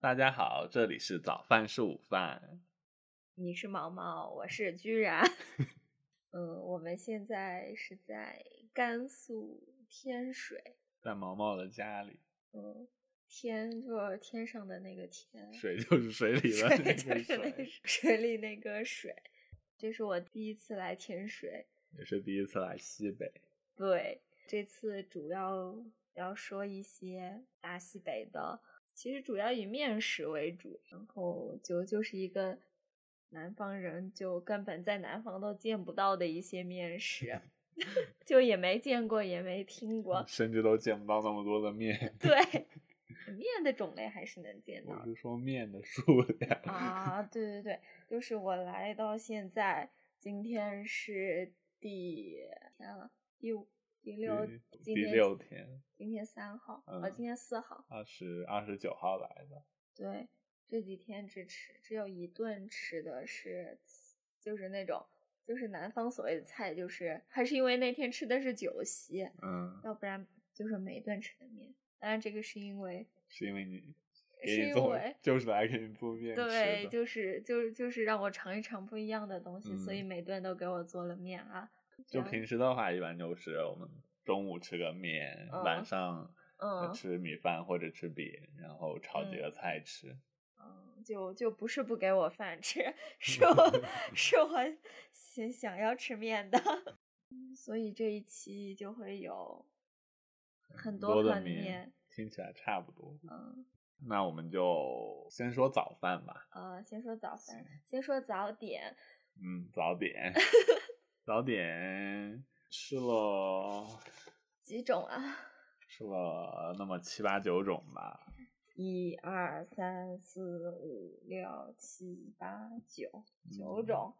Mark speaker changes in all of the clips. Speaker 1: 大家好，这里是早饭是午饭。
Speaker 2: 你是毛毛，我是居 然。嗯，我们现在是在甘肃天水。
Speaker 1: 在毛毛的家里，
Speaker 2: 嗯，天就是天上的那个天，
Speaker 1: 水就是水里的那
Speaker 2: 嗯水就
Speaker 1: 个
Speaker 2: 是那个
Speaker 1: 水，
Speaker 2: 水水里那个水。这是我第一次来天水，
Speaker 1: 也是第一次来西北。，
Speaker 2: 对，这次主要要说一些大西北的，其实主要以面食为主，然后就就是一个南方人就根本在南方都见不到的一些面食， 就也没见过，也没听过
Speaker 1: 甚至都见不到那么多的面。
Speaker 2: 对，面的种类还是能见到
Speaker 1: 我
Speaker 2: 的。
Speaker 1: 是说面的数量。
Speaker 2: 啊，对对对，就是我来到现在，今天是第天了，第五、第六
Speaker 1: 第，
Speaker 2: 今
Speaker 1: 嗯第
Speaker 2: 天
Speaker 1: 六天，
Speaker 2: 今天三号，呃、
Speaker 1: 嗯
Speaker 2: 今天四号，
Speaker 1: 二十二十九号来的，
Speaker 2: 对，这几天只吃，只有一顿吃的是，就是那种，就是南方所谓的菜，就是还是因为那天吃的是酒席，
Speaker 1: 嗯，
Speaker 2: 要不然就是每顿吃的面，当然这个是因为
Speaker 1: 是因为你
Speaker 2: 是
Speaker 1: 给你
Speaker 2: 因
Speaker 1: 做
Speaker 2: 为，
Speaker 1: 就是来给你做面吃
Speaker 2: 对，
Speaker 1: 的。
Speaker 2: 就是就是就是让我尝一尝不一样的东西，所以
Speaker 1: 嗯
Speaker 2: 每顿都给我做了面啊。
Speaker 1: 就
Speaker 2: 这样
Speaker 1: 平时的话，一般就是我们中午吃个面，
Speaker 2: 嗯
Speaker 1: 晚上
Speaker 2: 嗯
Speaker 1: 吃米饭或者吃饼，然后炒几
Speaker 2: 嗯
Speaker 1: 个菜吃。
Speaker 2: 嗯，就就不是不给我饭吃， 是
Speaker 1: 嗯
Speaker 2: 我是我想想要吃面的， 嗯所以这一期就会有很多
Speaker 1: 的
Speaker 2: 款
Speaker 1: 面，听起来差不多。
Speaker 2: 嗯
Speaker 1: 那我们就先说早饭吧。
Speaker 2: 呃，先说早饭，先说早点，
Speaker 1: 嗯，早 点，早点吃了
Speaker 2: 几种啊？
Speaker 1: 吃了那么七八九种吧。
Speaker 2: 一二三四五六七八九
Speaker 1: 嗯
Speaker 2: 九种，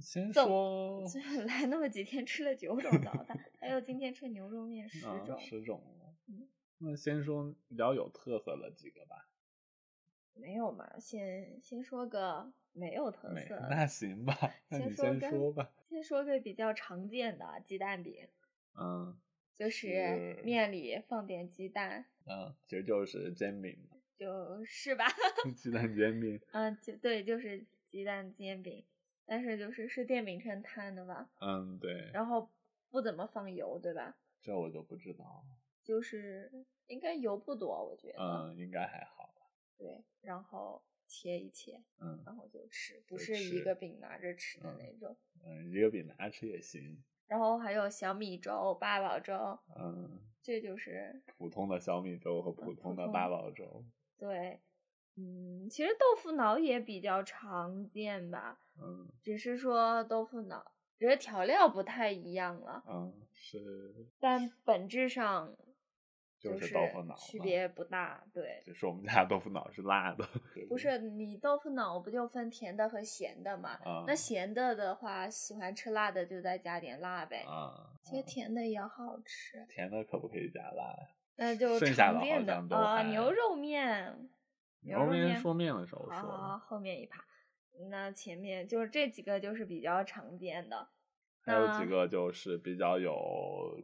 Speaker 1: 先
Speaker 2: 赠
Speaker 1: 说
Speaker 2: 就来那么几天吃了九种早饭，还有今天吃牛肉面十
Speaker 1: 嗯
Speaker 2: 种，
Speaker 1: 十种
Speaker 2: 嗯。
Speaker 1: 那先说比较有特色的几个吧。
Speaker 2: 没有嘛？先先说个没有特
Speaker 1: 没
Speaker 2: 色的，
Speaker 1: 那行吧，那
Speaker 2: 先
Speaker 1: 你
Speaker 2: 说
Speaker 1: 先
Speaker 2: 跟
Speaker 1: 说吧。
Speaker 2: 先说个比较常见的鸡蛋饼，
Speaker 1: 嗯
Speaker 2: 就是
Speaker 1: 是
Speaker 2: 面里放点鸡蛋，
Speaker 1: 嗯，其实就是煎饼，
Speaker 2: 就是吧？
Speaker 1: 鸡蛋煎饼。
Speaker 2: 嗯，就对，就是鸡蛋煎饼，但是就是是电饼铛摊的吧，
Speaker 1: 嗯，对，
Speaker 2: 然后不怎么放油，对吧？
Speaker 1: 这我就不知道了。
Speaker 2: 就是应该油不多，我觉得。
Speaker 1: 嗯，应该还好。
Speaker 2: 对，然后切一切，
Speaker 1: 嗯
Speaker 2: 然后就吃，不
Speaker 1: 就是
Speaker 2: 一
Speaker 1: 吃
Speaker 2: 个饼拿着吃的那种。
Speaker 1: 嗯，一个饼拿吃也行。
Speaker 2: 然后还有小米粥、八宝粥，
Speaker 1: 嗯，
Speaker 2: 这就是
Speaker 1: 普通的小米粥和普通的
Speaker 2: 啊通
Speaker 1: 八宝粥。
Speaker 2: 对，嗯，其实豆腐脑也比较常见吧，
Speaker 1: 嗯
Speaker 2: 只是说豆腐脑，只是调料不太一样了，
Speaker 1: 嗯，是
Speaker 2: 但本质上
Speaker 1: 就
Speaker 2: 就是
Speaker 1: 豆腐脑
Speaker 2: 区
Speaker 1: 嘛
Speaker 2: 别不大。对，
Speaker 1: 就是我们家豆腐脑是辣 的，
Speaker 2: 不是你豆腐脑不就分甜的和咸的嘛？
Speaker 1: 啊
Speaker 2: 那咸的的话，喜欢吃辣的就再加点辣呗。
Speaker 1: 啊，
Speaker 2: 其实甜的也好吃，
Speaker 1: 甜的可不可以加辣呀？
Speaker 2: 那就
Speaker 1: 剩下
Speaker 2: 常
Speaker 1: 的好
Speaker 2: 见的
Speaker 1: 像都
Speaker 2: 啊，
Speaker 1: 还
Speaker 2: 牛肉面，牛
Speaker 1: 牛
Speaker 2: 肉
Speaker 1: 面
Speaker 2: 面哦
Speaker 1: 说面的时候说
Speaker 2: 好，
Speaker 1: 的，
Speaker 2: 后面一趴。那前面就是这几个就是比较常见的，
Speaker 1: 还有
Speaker 2: 那
Speaker 1: 几个就是比较有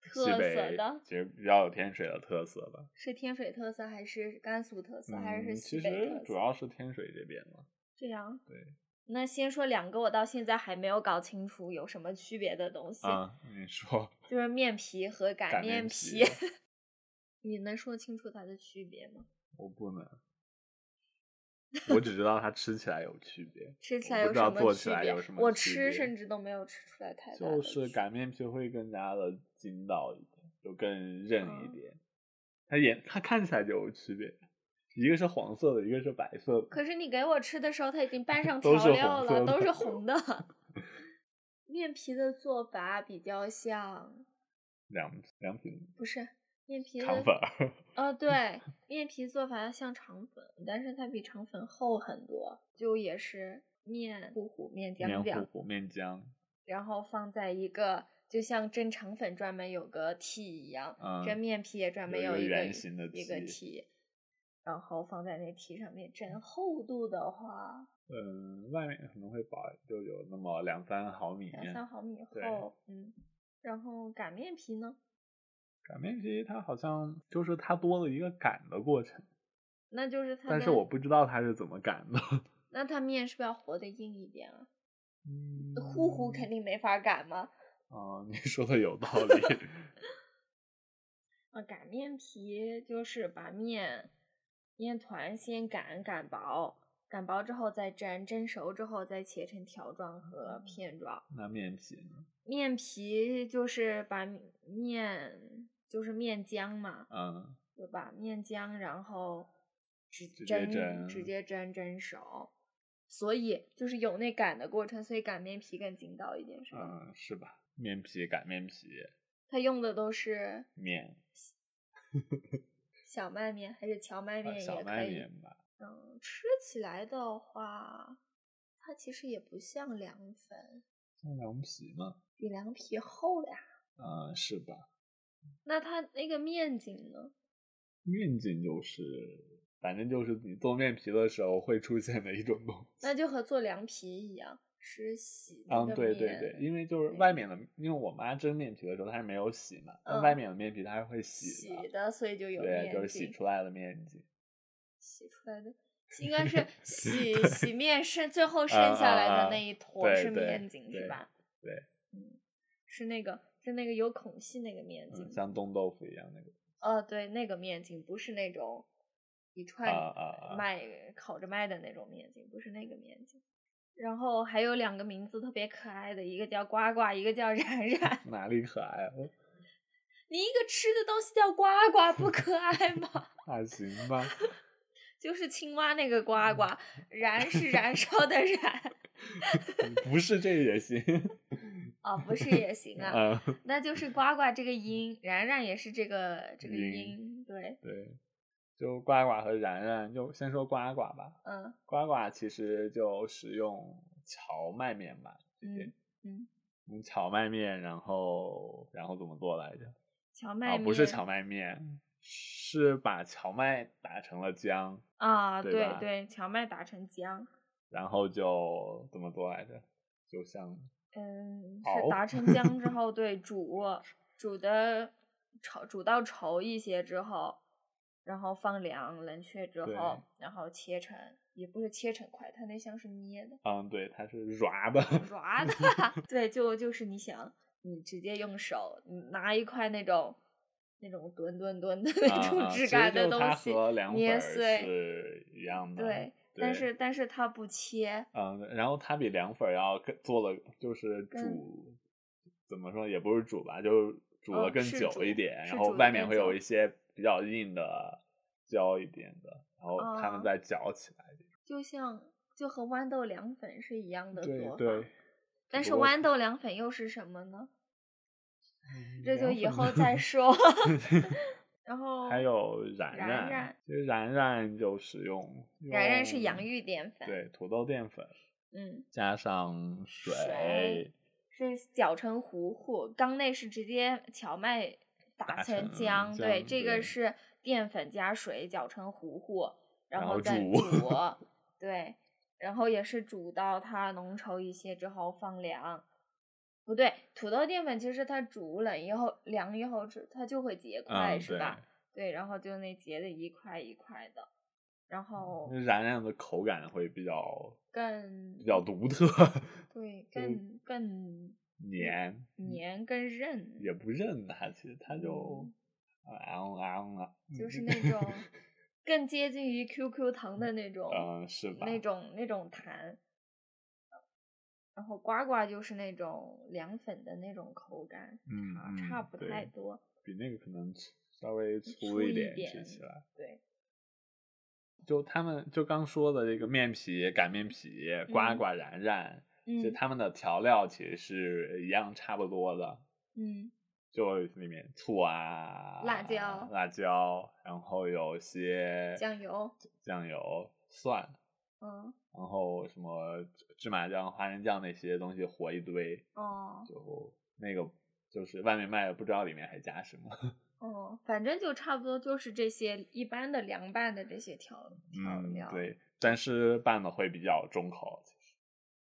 Speaker 2: 特
Speaker 1: 西
Speaker 2: 色
Speaker 1: 北
Speaker 2: 的
Speaker 1: 其实比较有天水的特色吧。
Speaker 2: 是天水特色还是甘肃特色、还是
Speaker 1: 嗯，
Speaker 2: 西
Speaker 1: 其
Speaker 2: 北
Speaker 1: 实
Speaker 2: 特
Speaker 1: 主
Speaker 2: 色？
Speaker 1: 要是天水这边嘛。
Speaker 2: 这样。
Speaker 1: 对。
Speaker 2: 那先说两个我到现在还没有搞清楚有什么区别的东西，
Speaker 1: 啊，你说
Speaker 2: 就是面皮和擀
Speaker 1: 擀面
Speaker 2: 皮
Speaker 1: 皮。
Speaker 2: 你能说清楚它的区别吗？，
Speaker 1: 我不能，我只知道它吃起来有区别
Speaker 2: 吃起
Speaker 1: 我
Speaker 2: 来
Speaker 1: 不知道做
Speaker 2: 有什么区
Speaker 1: 起来
Speaker 2: 别？
Speaker 1: 有什么
Speaker 2: 我
Speaker 1: 区
Speaker 2: 吃
Speaker 1: 别
Speaker 2: 甚至都没有吃出来太大的
Speaker 1: 就是
Speaker 2: 区
Speaker 1: 擀面皮会更加的筋道一点，就更韧
Speaker 2: 嗯
Speaker 1: 一点。它颜它看起来就有区别，一个是黄色的，一个是白色的。
Speaker 2: 可是你给我吃的时候，它已经拌上
Speaker 1: 都
Speaker 2: 调
Speaker 1: 是
Speaker 2: 料
Speaker 1: 红
Speaker 2: 了，
Speaker 1: 色
Speaker 2: 都是
Speaker 1: 的
Speaker 2: 红的。面皮的做法比较像，
Speaker 1: 良良品
Speaker 2: 不是面皮的
Speaker 1: 肠粉儿，
Speaker 2: 呃，对，面皮做法像肠粉，但是它比肠粉厚很多，就也是面糊糊、面浆
Speaker 1: 面糊
Speaker 2: 浆，
Speaker 1: 糊面浆，
Speaker 2: 然后放在一个就像蒸肠粉专门有个屉一样，
Speaker 1: 嗯
Speaker 2: 蒸面皮也专门
Speaker 1: 有一个
Speaker 2: 一个
Speaker 1: 圆
Speaker 2: 一
Speaker 1: 形的
Speaker 2: 一个
Speaker 1: 屉
Speaker 2: 屉，然后放在那屉上面蒸。厚度的话，
Speaker 1: 嗯，外面可能会薄，就有那么两三毫米。
Speaker 2: 两三毫米
Speaker 1: 对
Speaker 2: 厚，嗯，然后擀面皮呢，
Speaker 1: 擀面皮它好像就是它多了一个擀的过程，
Speaker 2: 那就是它跟。
Speaker 1: 但是我不知道他是怎么擀的。
Speaker 2: 那它面是不是要和的硬一点啊？
Speaker 1: 嗯
Speaker 2: 糊糊肯定没法擀嘛。
Speaker 1: 啊，你说的有道理。
Speaker 2: 啊，擀面皮就是把面面团先擀擀薄，擀薄之后再蒸，蒸熟之后再切成条状和
Speaker 1: 嗯
Speaker 2: 片状。
Speaker 1: 那面皮呢？
Speaker 2: 面皮就是把面就是面浆嘛，
Speaker 1: 嗯，
Speaker 2: 对吧？面浆然后直
Speaker 1: 直接
Speaker 2: 蒸
Speaker 1: 蒸
Speaker 2: 直接蒸蒸熟，所以就是有那擀的过程，所以擀面皮更劲道一点，是吧？
Speaker 1: 嗯，是吧？面皮擀面皮
Speaker 2: 它用的都是
Speaker 1: 面，
Speaker 2: 小麦面还是荞麦
Speaker 1: 啊
Speaker 2: 面也可以。
Speaker 1: 小麦面吧。
Speaker 2: 嗯，吃起来的话，它其实也不像凉粉，
Speaker 1: 像凉皮嘛，
Speaker 2: 比凉皮厚呀。
Speaker 1: 啊，是吧？
Speaker 2: 那它那个面筋呢？
Speaker 1: 面筋就是，反正就是你做面皮的时候会出现的一种东西。
Speaker 2: 那就和做凉皮一样，是洗那
Speaker 1: 嗯，
Speaker 2: 个面。
Speaker 1: 对对对，因为就是
Speaker 2: 对
Speaker 1: 外面的，因为我妈蒸面皮的时候她是没有洗嘛，但外
Speaker 2: 嗯
Speaker 1: 面的面皮她是会洗
Speaker 2: 洗的，所以就有面
Speaker 1: 对，
Speaker 2: 筋。
Speaker 1: 就是洗出来的面筋。
Speaker 2: 洗出来的应该 是洗洗面剩最后剩下来的那一坨
Speaker 1: 啊对
Speaker 2: 是
Speaker 1: 对
Speaker 2: 面筋是
Speaker 1: 对
Speaker 2: 吧？
Speaker 1: 对，
Speaker 2: 嗯，是那个是那个有孔隙那个面筋
Speaker 1: 嗯，。像冻豆腐一样那个。
Speaker 2: 哦，对，那个面筋不是那种一串
Speaker 1: 啊啊啊
Speaker 2: 卖、烤着卖的那种面筋，不是那个面筋。然后还有两个名字特别可爱的，一个叫呱呱，一个叫冉冉。
Speaker 1: 哪里可爱？哦
Speaker 2: 你一个吃的东西叫呱呱，不可爱吗？
Speaker 1: 还行吧。
Speaker 2: 就是青蛙那个
Speaker 1: 嗯
Speaker 2: 呱 呱，燃是燃烧的燃
Speaker 1: 不是这也行。
Speaker 2: 啊、不是也行啊，
Speaker 1: 啊，
Speaker 2: 那就是呱呱这个音，冉冉也是这个这个
Speaker 1: 音
Speaker 2: 音，对，
Speaker 1: 对，就呱呱和然然，就先说呱呱吧。
Speaker 2: 嗯
Speaker 1: 呱呱其实就是用荞麦面吧，
Speaker 2: 嗯嗯，
Speaker 1: 用荞麦面，然后然后怎么做来着？
Speaker 2: 荞麦
Speaker 1: 啊，
Speaker 2: 面、嗯
Speaker 1: 不是荞麦面，是把荞麦打成了浆，
Speaker 2: 啊，
Speaker 1: 对
Speaker 2: 对
Speaker 1: 吧
Speaker 2: 对，荞麦打成浆。
Speaker 1: 然后就怎么做来着？就像
Speaker 2: 嗯，
Speaker 1: 熬
Speaker 2: 是打成浆之后，对，煮煮的稠，煮到稠一些之后，然后放凉，冷却之
Speaker 1: 对，
Speaker 2: 后，然后切成，也不是切成块，它那像是捏的
Speaker 1: 嗯，对，它是软的，
Speaker 2: 软的， 对，就就是你想，你直接用手你拿一块那种那种墩墩墩的
Speaker 1: 啊
Speaker 2: 那
Speaker 1: 啊
Speaker 2: 种
Speaker 1: 其
Speaker 2: 质
Speaker 1: 实
Speaker 2: 感的
Speaker 1: 就
Speaker 2: 东
Speaker 1: 它
Speaker 2: 西
Speaker 1: 和凉粉
Speaker 2: 捏
Speaker 1: 儿
Speaker 2: 碎，
Speaker 1: 是一样的。
Speaker 2: 对，但
Speaker 1: 对
Speaker 2: 是但是它不切，
Speaker 1: 嗯，然后它比凉粉儿要更做了，就是
Speaker 2: 更
Speaker 1: 煮，怎么说也不是煮吧，就是煮
Speaker 2: 哦
Speaker 1: 的更
Speaker 2: 是
Speaker 1: 久
Speaker 2: 煮
Speaker 1: 一点，
Speaker 2: 是
Speaker 1: 然后
Speaker 2: 煮得
Speaker 1: 外
Speaker 2: 更
Speaker 1: 面会有
Speaker 2: 久
Speaker 1: 一些比较硬的、焦一点的，然后它们
Speaker 2: 哦
Speaker 1: 再搅起来。
Speaker 2: 就像就和豌豆凉粉是一样的做法。
Speaker 1: 对对，
Speaker 2: 但
Speaker 1: 只
Speaker 2: 是
Speaker 1: 不过
Speaker 2: 豌豆凉粉又是什么呢？
Speaker 1: 嗯
Speaker 2: 这就
Speaker 1: 凉
Speaker 2: 以
Speaker 1: 粉
Speaker 2: 后
Speaker 1: 呢
Speaker 2: 再说。哦然后
Speaker 1: 还有冉
Speaker 2: 冉冉
Speaker 1: 其实冉冉就是用
Speaker 2: 冉冉是
Speaker 1: 用
Speaker 2: 洋芋淀粉，，
Speaker 1: 对土豆淀粉
Speaker 2: 嗯，
Speaker 1: 加上水
Speaker 2: 水是搅成糊糊，缸内是直接荞麦打
Speaker 1: 打
Speaker 2: 成
Speaker 1: 成
Speaker 2: 浆，
Speaker 1: 浆
Speaker 2: 对，这
Speaker 1: 对
Speaker 2: 个是淀粉加水搅成糊糊，然
Speaker 1: 然后
Speaker 2: 后再
Speaker 1: 煮
Speaker 2: 煮，对，然后也是煮到它浓稠一些之后放凉。不对，土豆淀粉其实它煮冷以后凉以后吃，它就会结块，
Speaker 1: 嗯
Speaker 2: 是吧？
Speaker 1: 对嗯
Speaker 2: 对，然后就那结的一块一块的，然后
Speaker 1: 那冉冉的口感会比较
Speaker 2: 更
Speaker 1: 比较独特，
Speaker 2: 对
Speaker 1: 就是
Speaker 2: 更
Speaker 1: 嗯
Speaker 2: 更
Speaker 1: 黏
Speaker 2: 黏更韧，
Speaker 1: 也不韧它，其实它就啊啊啊，
Speaker 2: 就是那种更接近于 QQ 糖的那种，
Speaker 1: 嗯是吧？
Speaker 2: 那种那种弹。然后呱呱就是那种凉粉的那种口感，
Speaker 1: 嗯
Speaker 2: 啊
Speaker 1: 嗯
Speaker 2: 差不
Speaker 1: 对
Speaker 2: 太多。
Speaker 1: 比那个可能粗稍微
Speaker 2: 粗
Speaker 1: 粗
Speaker 2: 一
Speaker 1: 点
Speaker 2: 点
Speaker 1: 吃起来。
Speaker 2: 对，
Speaker 1: 就他们就刚说的这个面皮、擀面皮、呱
Speaker 2: 嗯
Speaker 1: 呱、冉冉，就
Speaker 2: 嗯
Speaker 1: 他们的调料其实是一样差不多的，
Speaker 2: 嗯，
Speaker 1: 就里面醋啊、
Speaker 2: 辣椒
Speaker 1: 辣椒，然后有些
Speaker 2: 酱油、
Speaker 1: 酱油、蒜，
Speaker 2: 嗯
Speaker 1: 然后什么芝芝麻酱、花生酱那些东西和一堆，
Speaker 2: 哦
Speaker 1: 就那个就是外面卖的，不知道里面还加什么。
Speaker 2: 哦，反正就差不多就是这些一般的凉拌的这些调 调
Speaker 1: 嗯
Speaker 2: 料。，
Speaker 1: 对，但是拌的会比较重口，其实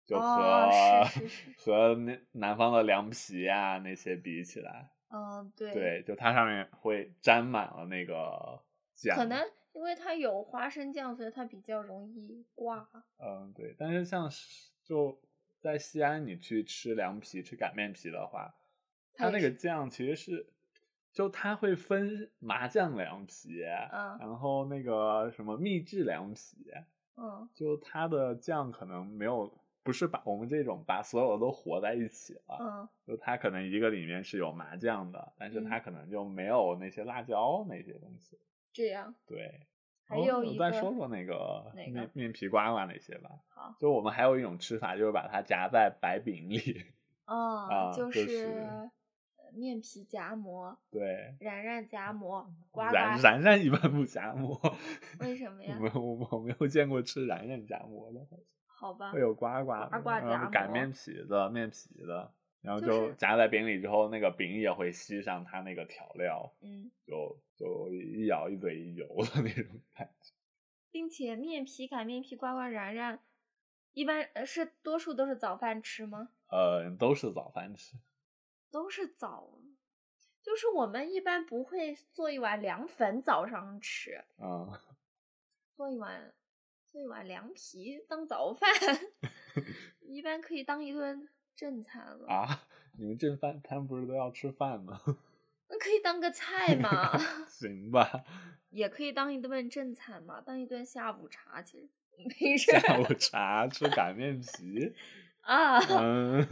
Speaker 1: 就和、
Speaker 2: 哦是是 是
Speaker 1: 和那南方的凉皮啊那些比起来，
Speaker 2: 嗯对
Speaker 1: 对，就它上面会沾满了那个酱，
Speaker 2: 可能因为它有花生酱，所以它比较容易挂。
Speaker 1: 嗯，对。但是像是就在西安，你去吃凉皮、吃擀面皮的话，它
Speaker 2: 它
Speaker 1: 那
Speaker 2: 也
Speaker 1: 个
Speaker 2: 是
Speaker 1: 酱其实是，就它会分麻酱凉皮，
Speaker 2: 嗯
Speaker 1: 然后那个什么秘制凉皮，
Speaker 2: 嗯
Speaker 1: 就它的酱可能没有，不是把我们这种把所有都和在一起了，
Speaker 2: 嗯
Speaker 1: 就它可能一个里面是有麻酱的，但是
Speaker 2: 嗯
Speaker 1: 它可能就没有那些辣椒那些东西。
Speaker 2: 这样
Speaker 1: 对，
Speaker 2: 还
Speaker 1: 哦
Speaker 2: 有
Speaker 1: 我
Speaker 2: 一
Speaker 1: 再
Speaker 2: 个
Speaker 1: 说说那个
Speaker 2: 哪
Speaker 1: 面
Speaker 2: 个
Speaker 1: 面皮瓜瓜那些吧。
Speaker 2: 好，
Speaker 1: 就我们还有一种吃法，就是把它夹在白饼里。
Speaker 2: 哦，
Speaker 1: 啊
Speaker 2: 就
Speaker 1: 就是
Speaker 2: 是呃面皮夹馍，
Speaker 1: 对，
Speaker 2: 冉冉夹馍，呱
Speaker 1: 然
Speaker 2: 呱，
Speaker 1: 然然一般不夹 馍，
Speaker 2: 为什么
Speaker 1: 我
Speaker 2: 呀？
Speaker 1: 没有我没有见过吃然然夹馍的，
Speaker 2: 好吧
Speaker 1: 会，有呱呱
Speaker 2: 呱呱
Speaker 1: 然
Speaker 2: 夹
Speaker 1: 后擀
Speaker 2: 馍
Speaker 1: 面皮的面皮的，然后
Speaker 2: 就
Speaker 1: 就是夹在饼里之后，那个饼也会吸上它那个调料，
Speaker 2: 嗯，
Speaker 1: 就就一咬一嘴油的那种感觉。
Speaker 2: 并且面皮擀面皮呱呱冉冉，一般呃是多数都是早饭吃吗？
Speaker 1: 呃，都是早饭吃。
Speaker 2: 都是早，就是我们一般不会做一碗凉粉早上吃，
Speaker 1: 嗯，
Speaker 2: 做一碗做一碗凉皮当 早饭，一般可以当一顿正餐了。
Speaker 1: 啊，你们正饭摊不是都要吃饭吗？
Speaker 2: 那可以当个 菜嘛，
Speaker 1: 行吧，
Speaker 2: 也可以当一顿正餐嘛，当一顿下午茶，其 实没事
Speaker 1: 下
Speaker 2: 儿
Speaker 1: 午茶吃擀面皮。
Speaker 2: 啊，
Speaker 1: 嗯，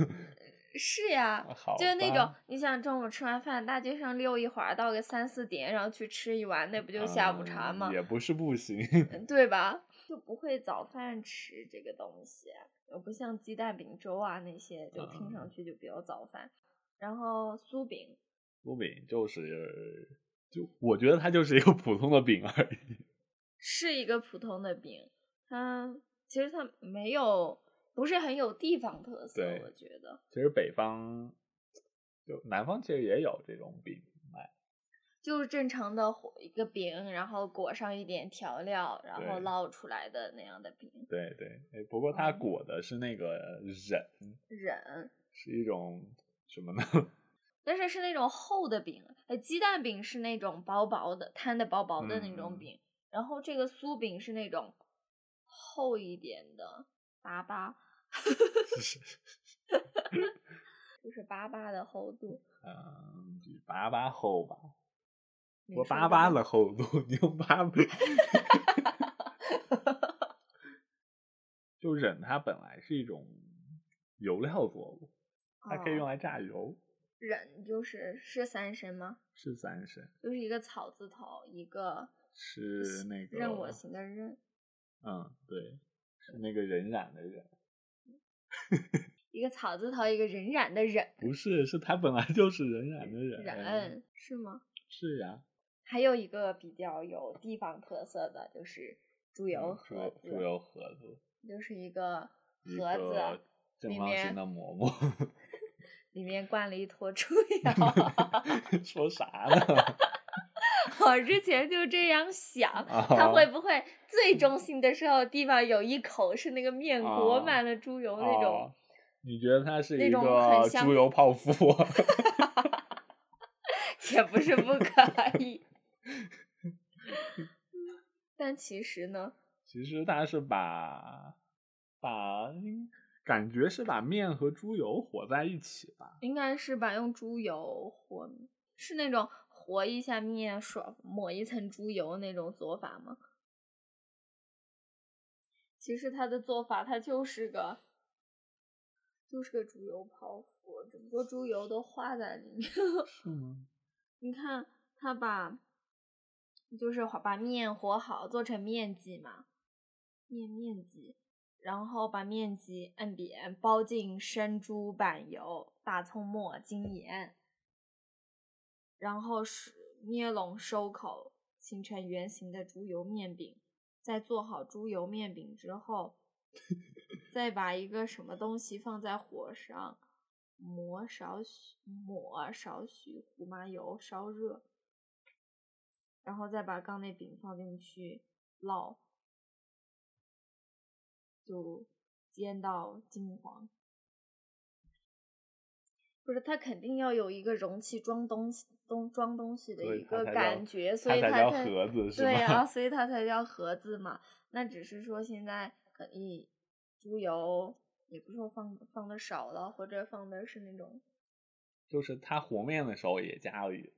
Speaker 2: 是呀，
Speaker 1: 好吧，
Speaker 2: 就是那种你想中午吃完饭，大街上溜一会儿，到个三四点，然后去吃一碗，那不就下午茶
Speaker 1: 嗯
Speaker 2: 嘛，
Speaker 1: 也不是不行。
Speaker 2: 对吧？就不会早饭吃这个东西，又不像鸡蛋饼粥啊那些，就听
Speaker 1: 嗯
Speaker 2: 上去就比较早饭。然后酥饼，
Speaker 1: 酥饼就是，就我觉得它就是一个普通的饼而已。
Speaker 2: 是一个普通的饼，它其实它没有，不是很有地方特色，
Speaker 1: 对
Speaker 2: 我觉得
Speaker 1: 其实北方，就南方其实也有这种饼卖。
Speaker 2: 就是正常的火一个饼，然后裹上一点调料，然后
Speaker 1: 对
Speaker 2: 烙出来的那样的饼。
Speaker 1: 对对，哎，不过它
Speaker 2: 嗯
Speaker 1: 裹的是那个忍，
Speaker 2: 忍，
Speaker 1: 是一种什么呢？
Speaker 2: 但是是那种厚的饼，哎，鸡蛋饼是那种薄薄的摊的薄薄的那种
Speaker 1: 嗯
Speaker 2: 饼，然后这个酥饼是那种厚一点的粑粑， 就是粑粑的厚度。
Speaker 1: 嗯，比粑粑厚吧，
Speaker 2: 你
Speaker 1: 我
Speaker 2: 说啊
Speaker 1: 粑粑
Speaker 2: 的吗
Speaker 1: 的厚度， 你用粑粑，就忍它本来是一种油料作物，它可以
Speaker 2: 哦
Speaker 1: 用来榨油，
Speaker 2: 忍就是是三声吗？
Speaker 1: 是三神，
Speaker 2: 就是一个草字头，一个
Speaker 1: 是那个
Speaker 2: 任我行的任，
Speaker 1: 嗯，对，是那个人染的人，
Speaker 2: 一个草字头，一个人染的忍
Speaker 1: 不是，是他本来就是人染的人，
Speaker 2: 忍是吗？
Speaker 1: 是呀、
Speaker 2: 还有一个比较有地方特色的就是猪油
Speaker 1: 嗯
Speaker 2: 盒
Speaker 1: 猪
Speaker 2: 子，
Speaker 1: 猪油盒子，
Speaker 2: 就是一个
Speaker 1: 一
Speaker 2: 盒
Speaker 1: 个
Speaker 2: 子，
Speaker 1: 正
Speaker 2: 里
Speaker 1: 方
Speaker 2: 面
Speaker 1: 形的馍 馍，
Speaker 2: 里面灌了一坨 猪油。
Speaker 1: 说啥 呢？
Speaker 2: 我之前就这样想，
Speaker 1: 啊
Speaker 2: 它会不会最中心的时候地方有一口是那个面裹
Speaker 1: 啊
Speaker 2: 满了猪油那种？
Speaker 1: 哦你觉得它是
Speaker 2: 那
Speaker 1: 一
Speaker 2: 种很
Speaker 1: 个
Speaker 2: 香
Speaker 1: 猪油泡芙？
Speaker 2: 也不是不可以。 但其实呢，
Speaker 1: 其实它是把把感觉是把面和猪油和在一起吧。
Speaker 2: 应该是吧，用猪油和，是那种和一下面，刷抹一层猪油那种做法吗？其实它的做法，它就是个，就是个猪油泡芙，只不过猪油都化在里面。
Speaker 1: 是吗？
Speaker 2: 你看，他把就是和把面和好，做成面剂嘛，面面剂，然后把面剂按扁，包进生猪板油、大葱末、精盐，然后是捏拢收口，形成圆形的猪油面饼。在做好猪油面饼之后，再把一个什么东西放在火上，抹少许抹少许胡麻油烧热，然后再把刚那饼放进去烙，就煎到金黄。不是，它肯定要有一个容器装东西，东装东西的
Speaker 1: 所以
Speaker 2: 一
Speaker 1: 它
Speaker 2: 个
Speaker 1: 才
Speaker 2: 感
Speaker 1: 叫
Speaker 2: 觉，
Speaker 1: 它
Speaker 2: 所
Speaker 1: 才
Speaker 2: 以它
Speaker 1: 叫
Speaker 2: 才
Speaker 1: 盒子是
Speaker 2: 对
Speaker 1: 吗
Speaker 2: 啊，所以它才叫盒子嘛。那只是说现在可以猪油，也不是说放放的少了，或者放的是那种
Speaker 1: 就是它和面的时候也加了一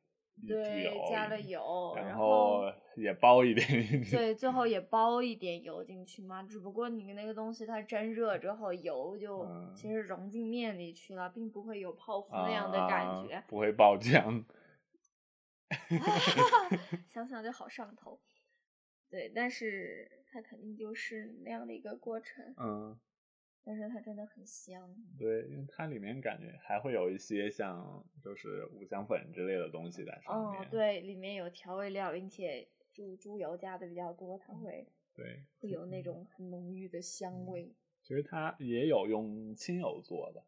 Speaker 1: 一猪
Speaker 2: 对
Speaker 1: 油，
Speaker 2: 加了油，
Speaker 1: 然
Speaker 2: 然
Speaker 1: 后 也包一点
Speaker 2: 对，最后也包一点油进去嘛。只不过你那个东西它蒸热之后，油就
Speaker 1: 嗯
Speaker 2: 其实融进面里去了，并不会有泡芙
Speaker 1: 啊
Speaker 2: 那样的感觉。
Speaker 1: 不会爆浆。
Speaker 2: 想想就好上头。对，但是它肯定就是那样的一个过程，
Speaker 1: 嗯，
Speaker 2: 但是它真的很香。
Speaker 1: 对，因为它里面感觉还会有一些像就是五香粉之类的东西在上
Speaker 2: 哦
Speaker 1: 面。，
Speaker 2: 对，里面有调味料，并且猪猪油加的比较多，
Speaker 1: 嗯
Speaker 2: 它会
Speaker 1: 对，
Speaker 2: 会有
Speaker 1: 嗯
Speaker 2: 那种很浓郁的香味。
Speaker 1: 其实它也有用清油做的，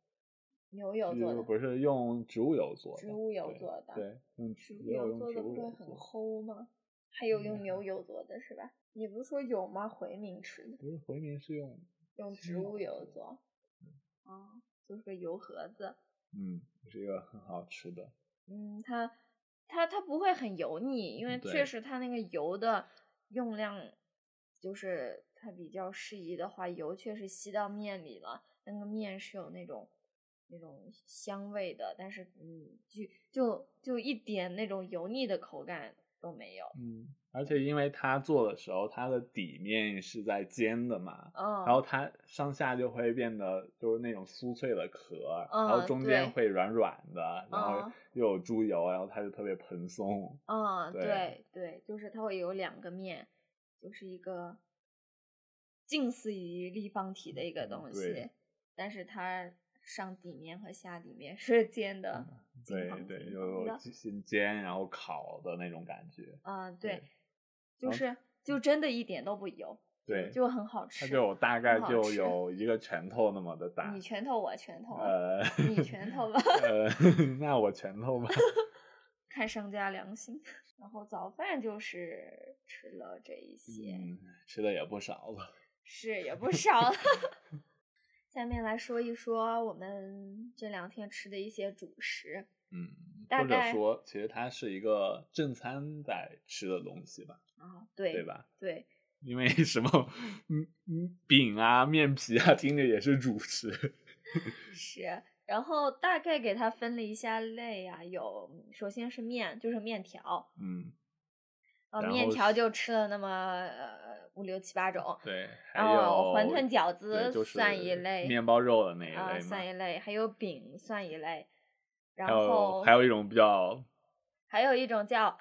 Speaker 2: 牛油
Speaker 1: 就
Speaker 2: 做
Speaker 1: 是
Speaker 2: 的，
Speaker 1: 不是用植物油做的，
Speaker 2: 植物油
Speaker 1: 对
Speaker 2: 做的，
Speaker 1: 对，用
Speaker 2: 植物
Speaker 1: 也有
Speaker 2: 油
Speaker 1: 用
Speaker 2: 做
Speaker 1: 植
Speaker 2: 的
Speaker 1: 物
Speaker 2: 不会
Speaker 1: 油做
Speaker 2: 很
Speaker 1: 的嗯
Speaker 2: 齁吗？还有
Speaker 1: 应
Speaker 2: 用
Speaker 1: 该
Speaker 2: 牛油做的是吧？也不是说有吗？回民吃的
Speaker 1: 不是回民是用
Speaker 2: 用
Speaker 1: 清
Speaker 2: 植物油
Speaker 1: 的
Speaker 2: 做，哦，就是个油盒子。
Speaker 1: 嗯，是一个很好吃的，
Speaker 2: 嗯，它它它不会很油腻，因为
Speaker 1: 对
Speaker 2: 确实它那个油的用量，就是它比较适宜的话，油确实吸到面里了，那个面是有那种那种香味的，但是嗯，就就就一点那种油腻的口感都没有。
Speaker 1: 嗯，而且因为它做的时候，它的底面是在煎的嘛，
Speaker 2: 嗯，
Speaker 1: 然后它上下就会变得就是那种酥脆的壳，然后
Speaker 2: 嗯
Speaker 1: 中间
Speaker 2: 对
Speaker 1: 会软软的，然后
Speaker 2: 嗯
Speaker 1: 又有猪油，然后它就特别蓬松。
Speaker 2: 嗯，
Speaker 1: 对
Speaker 2: 对对，就是它会有两个面，就是一个近似于立方体的一个
Speaker 1: 嗯
Speaker 2: 东
Speaker 1: 对
Speaker 2: 西，但是它上底面和下底面 是尖 的，嗯金
Speaker 1: 对
Speaker 2: 黄
Speaker 1: 对，
Speaker 2: 金
Speaker 1: 又
Speaker 2: 黄
Speaker 1: 有
Speaker 2: 的，
Speaker 1: 新煎然后烤的那种感觉，
Speaker 2: 嗯，对
Speaker 1: 对，
Speaker 2: 就
Speaker 1: 然后
Speaker 2: 是就真的一点都不油，就
Speaker 1: 对
Speaker 2: 就很好
Speaker 1: 它
Speaker 2: 吃。
Speaker 1: 就大概
Speaker 2: 好
Speaker 1: 就
Speaker 2: 吃
Speaker 1: 有一个拳头那么的大
Speaker 2: 你。拳头我拳头，
Speaker 1: 呃，
Speaker 2: 你拳头吧，
Speaker 1: 呃，那我拳头吧。
Speaker 2: 看商家良心。 然后早饭就是吃了这一些，
Speaker 1: 嗯，吃的也不少了。
Speaker 2: 是也不少 了。下面来说一说我们这两天吃的一些主食，
Speaker 1: 嗯，或
Speaker 2: 大
Speaker 1: 者
Speaker 2: 概
Speaker 1: 说，其实它是一个正餐在吃的东西吧，
Speaker 2: 啊，对
Speaker 1: 对吧？
Speaker 2: 对
Speaker 1: 因为什么，嗯嗯，饼啊、面皮啊，听着也是主食。
Speaker 2: 是。然后大概给它分了一下类啊，有首先是面，就是面条，
Speaker 1: 嗯，
Speaker 2: 呃，
Speaker 1: 然
Speaker 2: 面
Speaker 1: 后
Speaker 2: 条
Speaker 1: 是
Speaker 2: 就吃了那么呃五六七八种，
Speaker 1: 对，还
Speaker 2: 然
Speaker 1: 有
Speaker 2: 后哦馄饨、饺
Speaker 1: 对
Speaker 2: 子
Speaker 1: 就是
Speaker 2: 算一类，
Speaker 1: 面包肉的那一类
Speaker 2: 啊、
Speaker 1: 嘛。
Speaker 2: 算一类，还有饼算一类，然
Speaker 1: 还有
Speaker 2: 后
Speaker 1: 还有一种比较，
Speaker 2: 还有一种叫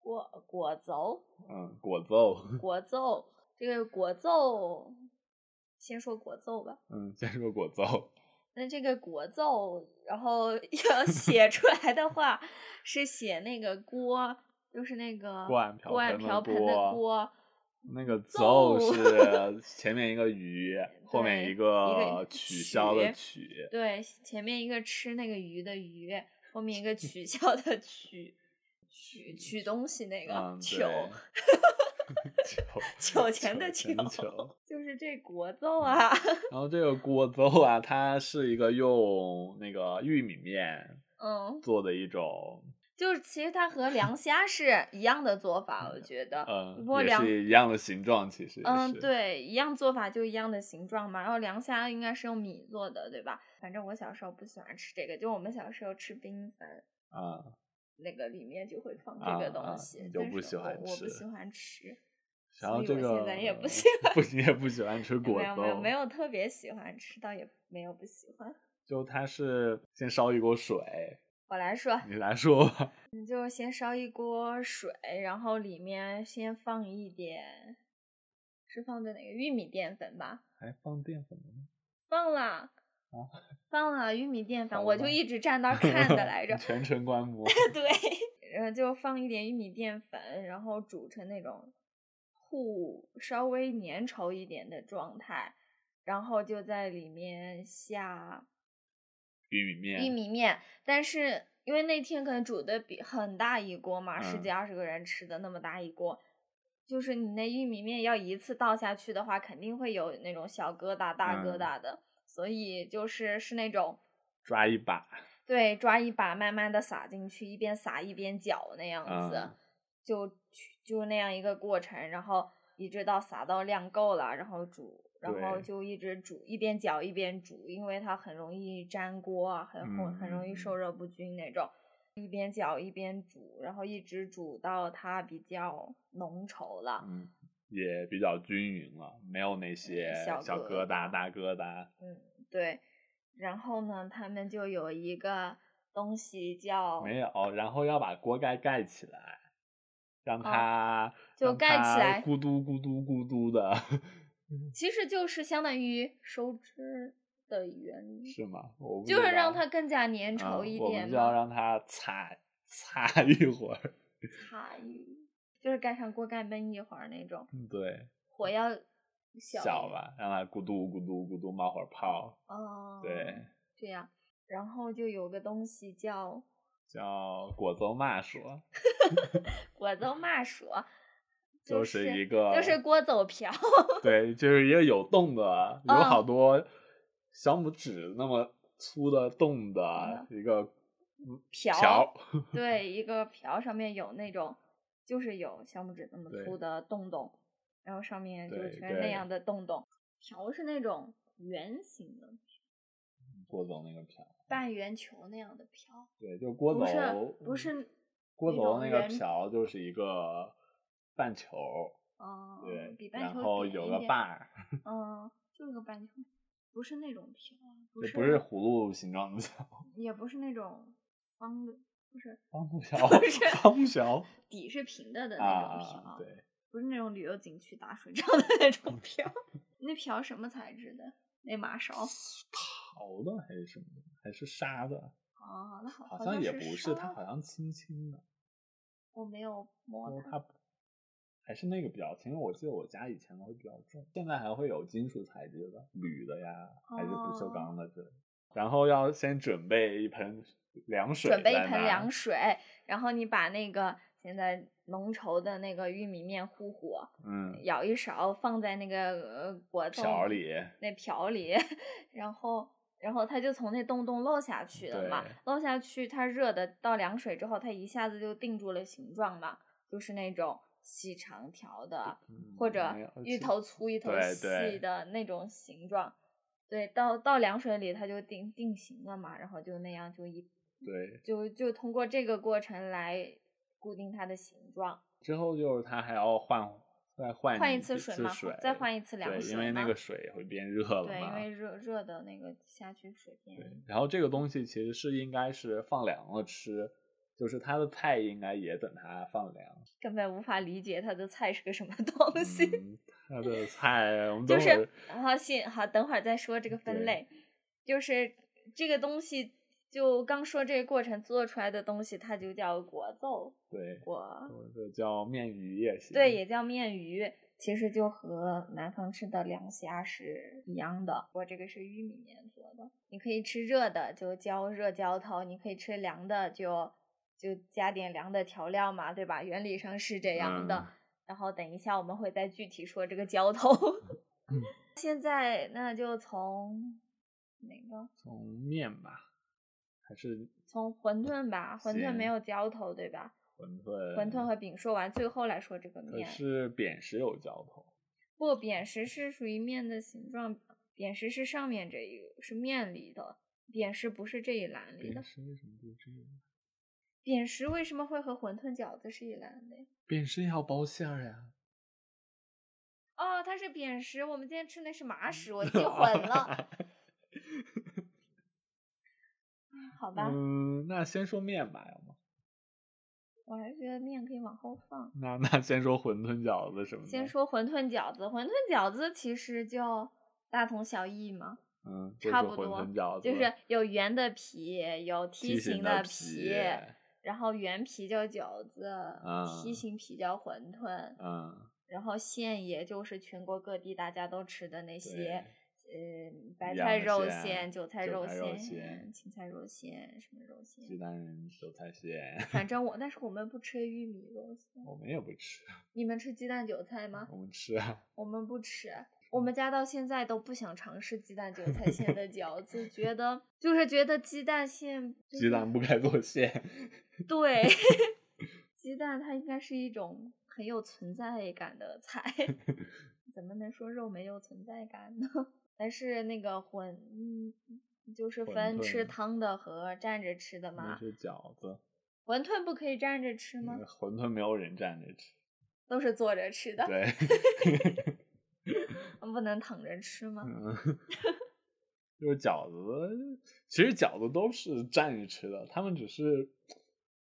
Speaker 2: 果果馊，
Speaker 1: 嗯，果奏，
Speaker 2: 果奏，这个果奏，先说果奏吧。
Speaker 1: 嗯，先说果奏，
Speaker 2: 那这个果奏，然后 要写出来的话，是写那个锅，就是那个
Speaker 1: 锅碗瓢
Speaker 2: 锅碗
Speaker 1: 盆的
Speaker 2: 啊瓢盆的
Speaker 1: 锅
Speaker 2: 锅，
Speaker 1: 那个
Speaker 2: 奏
Speaker 1: 奏 是前面一个鱼，后面
Speaker 2: 对
Speaker 1: 一
Speaker 2: 一个
Speaker 1: 个取消的
Speaker 2: 曲
Speaker 1: 取，
Speaker 2: 对，前面一个吃那个鱼的鱼，后面一个取消的取，取取东西那个
Speaker 1: 嗯，
Speaker 2: 糗。
Speaker 1: 对
Speaker 2: 糗
Speaker 1: 糗
Speaker 2: 钱的
Speaker 1: 糗钱
Speaker 2: 糗
Speaker 1: 糗
Speaker 2: 就是这果奏啊，
Speaker 1: 然后这个锅粥啊，它是一个用那个玉米面
Speaker 2: 嗯，
Speaker 1: 做的一种，
Speaker 2: 就是其实它和凉虾是一样的做法，我觉得，不
Speaker 1: 嗯
Speaker 2: 过，
Speaker 1: 也
Speaker 2: 凉
Speaker 1: 是一样的形状，其实也
Speaker 2: 嗯，
Speaker 1: 是，
Speaker 2: 对，一样做法就一样的形状嘛。然后凉虾应该是用米做的，对吧？反正我小时候不喜欢吃这个，就我们小时候吃冰粉，
Speaker 1: 啊，
Speaker 2: 那个里面就会放这个
Speaker 1: 啊啊
Speaker 2: 东西，
Speaker 1: 你就
Speaker 2: 但
Speaker 1: 不
Speaker 2: 是
Speaker 1: 喜
Speaker 2: 我
Speaker 1: 欢
Speaker 2: 我不
Speaker 1: 吃
Speaker 2: 喜欢吃，
Speaker 1: 然后
Speaker 2: 所以
Speaker 1: 这
Speaker 2: 我
Speaker 1: 个
Speaker 2: 现在也不喜欢
Speaker 1: 不也不喜欢吃果
Speaker 2: 没有没有
Speaker 1: 粥，
Speaker 2: 没有特别喜欢吃，倒也没有不喜欢。
Speaker 1: 就它是先烧一锅水，
Speaker 2: 我来说，
Speaker 1: 你来说吧，
Speaker 2: 你就先烧一锅水，然后里面先放一点，是放的哪个玉米淀粉吧？
Speaker 1: 还放淀粉吗？
Speaker 2: 放了
Speaker 1: 啊，
Speaker 2: 放了玉米淀粉，
Speaker 1: 好
Speaker 2: 我就
Speaker 1: 吧
Speaker 2: 一直站那儿看的来着。
Speaker 1: 全程观摩，
Speaker 2: 对，然后就放一点玉米淀粉，然后煮成那种糊稍微粘稠一点的状态，然后就在里面下
Speaker 1: 玉米面，
Speaker 2: 玉米面，但是。因为那天可能煮的比很大一锅嘛，十几
Speaker 1: 嗯
Speaker 2: 二十个人吃的那么大一锅，就是你那玉米面要一次倒下去的话，肯定会有那种小疙瘩、大疙
Speaker 1: 嗯
Speaker 2: 瘩的，所以就是是那种
Speaker 1: 抓一把，
Speaker 2: 对，抓一把慢慢的撒进去，一边撒一边搅那样子，
Speaker 1: 啊
Speaker 2: 就去就那样一个过程，然后一直到撒到量够了，然后煮，然后
Speaker 1: 对
Speaker 2: 就一直煮，一边搅一边煮，因为它很容易粘锅啊，很很很容
Speaker 1: 嗯嗯
Speaker 2: 易
Speaker 1: 嗯
Speaker 2: 受热不均那种。一边搅一边煮，然后一直煮到它比较浓稠了。
Speaker 1: 嗯，也比较均匀了，没有那些
Speaker 2: 嗯小
Speaker 1: 小疙
Speaker 2: 疙
Speaker 1: 瘩、
Speaker 2: 瘩
Speaker 1: 大疙瘩。嗯
Speaker 2: 对，然后呢，他们就有一个东西叫
Speaker 1: 没有，然后要把锅盖盖起来，让它、
Speaker 2: 哦就
Speaker 1: 让
Speaker 2: 盖起
Speaker 1: 它
Speaker 2: 来
Speaker 1: 咕嘟咕嘟咕嘟的，
Speaker 2: 其实就是相当于收汁的原理，
Speaker 1: 是吗？我不
Speaker 2: 就是
Speaker 1: 知
Speaker 2: 让
Speaker 1: 道
Speaker 2: 它更加粘
Speaker 1: 嗯
Speaker 2: 稠一
Speaker 1: 我
Speaker 2: 点
Speaker 1: 们就要
Speaker 2: 嘛。
Speaker 1: 让它擦擦一会儿，
Speaker 2: 擦一，就是盖上锅盖焖一会儿那种，
Speaker 1: 嗯对，
Speaker 2: 火要小一
Speaker 1: 小
Speaker 2: 点？
Speaker 1: 吧，让它咕嘟咕嘟咕嘟冒会儿泡，
Speaker 2: 哦，
Speaker 1: 对，，
Speaker 2: 这样。然后就有个东西叫
Speaker 1: 叫果糟麻薯，
Speaker 2: 果子麻薯，
Speaker 1: 嗯就是是一个
Speaker 2: 就是锅 走瓢，
Speaker 1: 对，就是一个有洞的，啊有
Speaker 2: 嗯
Speaker 1: 好多小拇指那么粗的洞的啊一个
Speaker 2: 嗯瓢
Speaker 1: 瓢，
Speaker 2: 对，一个瓢上面有那种，就是有小拇指那么
Speaker 1: 对
Speaker 2: 粗的洞洞，然后上面就
Speaker 1: 对
Speaker 2: 全是那
Speaker 1: 对
Speaker 2: 样的洞洞。瓢是那种圆形的
Speaker 1: 郭总那个瓢，
Speaker 2: 半圆球那样的瓢，
Speaker 1: 对，就郭
Speaker 2: 不是
Speaker 1: 总
Speaker 2: 不是
Speaker 1: 郭
Speaker 2: 那
Speaker 1: 总
Speaker 2: 种
Speaker 1: 那个
Speaker 2: 圆
Speaker 1: 瓢就是一个半球，
Speaker 2: 哦、
Speaker 1: 对，
Speaker 2: 比半
Speaker 1: 然
Speaker 2: 球
Speaker 1: 后
Speaker 2: 扁
Speaker 1: 有
Speaker 2: 一
Speaker 1: 个
Speaker 2: 点
Speaker 1: 把，儿，
Speaker 2: 嗯，就是个半球，不是那种瓢，啊不
Speaker 1: 对
Speaker 2: 是
Speaker 1: 不是葫芦形状的瓢，
Speaker 2: 也不是那种方的，不是
Speaker 1: 方木瓢
Speaker 2: 不是，
Speaker 1: 方木瓢
Speaker 2: 底是平 的的
Speaker 1: 啊
Speaker 2: 那种瓢，
Speaker 1: 啊，对，
Speaker 2: 不是那种旅游景区打水仗的 那种瓢。那瓢什么材质的？那马勺。哦
Speaker 1: 陶的还是什么的，还是沙的，
Speaker 2: 哦，那好，
Speaker 1: 好像也不是，
Speaker 2: 是
Speaker 1: 它
Speaker 2: 烧
Speaker 1: 好像轻轻的。
Speaker 2: 我没有
Speaker 1: 因
Speaker 2: 摸
Speaker 1: 为
Speaker 2: 它。
Speaker 1: 它不还是那个比较轻，因为我记得我家以前的会比较重，现在还会有金属材质的，铝的呀，还是不
Speaker 2: 哦
Speaker 1: 锈钢的之类的。然后要先准备一盆凉水，
Speaker 2: 准备一盆凉，水，然后你把那个现在浓稠的那个玉米面糊糊，
Speaker 1: 嗯，
Speaker 2: 舀一勺放在那个呃果冻
Speaker 1: 瓢里，
Speaker 2: 那瓢里， 然后然后它就从那洞洞漏下去了嘛
Speaker 1: 对，
Speaker 2: 漏下去它热的到凉水之后，它一下子就定住了形状嘛，就是那种细长条的，
Speaker 1: 嗯
Speaker 2: 或者
Speaker 1: 没有其
Speaker 2: 一头粗一头
Speaker 1: 对
Speaker 2: 细
Speaker 1: 对
Speaker 2: 的那种形状。对，到到凉水里它就定定型了嘛，然后就那样就一
Speaker 1: 对。
Speaker 2: 就就通过这个过程来固定它的形状，
Speaker 1: 之后就是它还要换，再换
Speaker 2: 换一
Speaker 1: 一
Speaker 2: 次
Speaker 1: 水
Speaker 2: 水嘛，再换一次凉
Speaker 1: 对，
Speaker 2: 水
Speaker 1: 因为那
Speaker 2: 嘛
Speaker 1: 个水会变热了
Speaker 2: 对，因
Speaker 1: 嘛。
Speaker 2: 为热热的那个下去水变
Speaker 1: 对，然后这个东西其实是应该是放凉了吃，就是它的菜应该也等它放凉。
Speaker 2: 根本无法理解它的菜是个什么东西。
Speaker 1: 嗯，它的菜我们
Speaker 2: 就
Speaker 1: 等会
Speaker 2: 是
Speaker 1: 儿，
Speaker 2: 然后先好，等会儿再说这个分
Speaker 1: 对
Speaker 2: 类，就是这个东西，就刚说这个过程做出来的东西，它就叫果奏
Speaker 1: 对，
Speaker 2: 果，
Speaker 1: 或者叫面鱼也行。
Speaker 2: 对，也叫面鱼。其实就和南方吃的凉虾是一样的，我这个是玉米面做的。你可以吃热的，就浇热浇头；你可以吃凉的就，就加点凉的调料嘛，对吧？原理上是这样的。
Speaker 1: 嗯
Speaker 2: 然后等一下我们会再具体说这个浇头。
Speaker 1: 嗯
Speaker 2: 现在那就从哪个？
Speaker 1: 从面吧，还是
Speaker 2: 从馄饨吧，馄饨没
Speaker 1: 行
Speaker 2: 有浇头对吧？
Speaker 1: 馄饨？
Speaker 2: 馄饨和饼说完，最后来说这个
Speaker 1: 可
Speaker 2: 面。
Speaker 1: 是扁食有浇头，
Speaker 2: 不，扁食是属于面的形状，扁食是上面这一个是面里的，扁食不是这一栏里的
Speaker 1: 扁。食为什么不是这样？
Speaker 2: 扁食为什么会和馄饨、饺子是一栏的呀？
Speaker 1: 扁食也要包馅儿呀。。
Speaker 2: 哦，它是扁食，我们今天吃那是麻食，我记混了。好吧，
Speaker 1: 嗯，那先说面吧，要么
Speaker 2: 我还是觉得面可以往后放。
Speaker 1: 那那先说馄饨、饺子什么的。
Speaker 2: 先，说馄饨饺子，馄饨饺子其实就大同小异嘛，
Speaker 1: 嗯，就
Speaker 2: 差
Speaker 1: 是
Speaker 2: 不
Speaker 1: 馄
Speaker 2: 多
Speaker 1: 饨、饺子，
Speaker 2: 就是有圆的皮，有
Speaker 1: 梯
Speaker 2: 形
Speaker 1: 形
Speaker 2: 的
Speaker 1: 皮，
Speaker 2: 然后圆皮叫饺子，梯
Speaker 1: 嗯
Speaker 2: 形皮叫馄饨，
Speaker 1: 嗯，
Speaker 2: 然后馅也就是全国各地大家都吃的那些
Speaker 1: 对，
Speaker 2: 呃，白
Speaker 1: 一
Speaker 2: 菜
Speaker 1: 样的
Speaker 2: 肉
Speaker 1: 馅
Speaker 2: 馅、韭菜
Speaker 1: 韭
Speaker 2: 肉
Speaker 1: 菜肉馅
Speaker 2: 芹菜肉馅、什么肉
Speaker 1: 鸡
Speaker 2: 馅，
Speaker 1: 蛋仁、韭菜馅，
Speaker 2: 反正我，但是我们不吃玉米肉馅，啊
Speaker 1: 我们也不吃，
Speaker 2: 你们吃鸡蛋韭菜吗？
Speaker 1: 我们吃啊。
Speaker 2: 我们不吃，我们家到现在都不想尝试鸡蛋韭菜馅的 饺子，觉得就是觉得鸡蛋馅、就是、
Speaker 1: 鸡蛋不该做馅，
Speaker 2: 对，鸡蛋它应该是一种很有存在感的 菜，怎么能说肉没有存在感呢？ 但是那个混，嗯，就是分
Speaker 1: 馄饨
Speaker 2: 吃汤的和蘸着吃的
Speaker 1: 那
Speaker 2: 嘛。
Speaker 1: 是饺子，
Speaker 2: 馄饨不可以蘸着吃吗？
Speaker 1: 嗯馄饨没有人站着吃，
Speaker 2: 都是坐着吃的，
Speaker 1: 对，
Speaker 2: 不能躺着吃吗？
Speaker 1: 嗯，就是饺子，其实饺子都是站着吃的，他们只是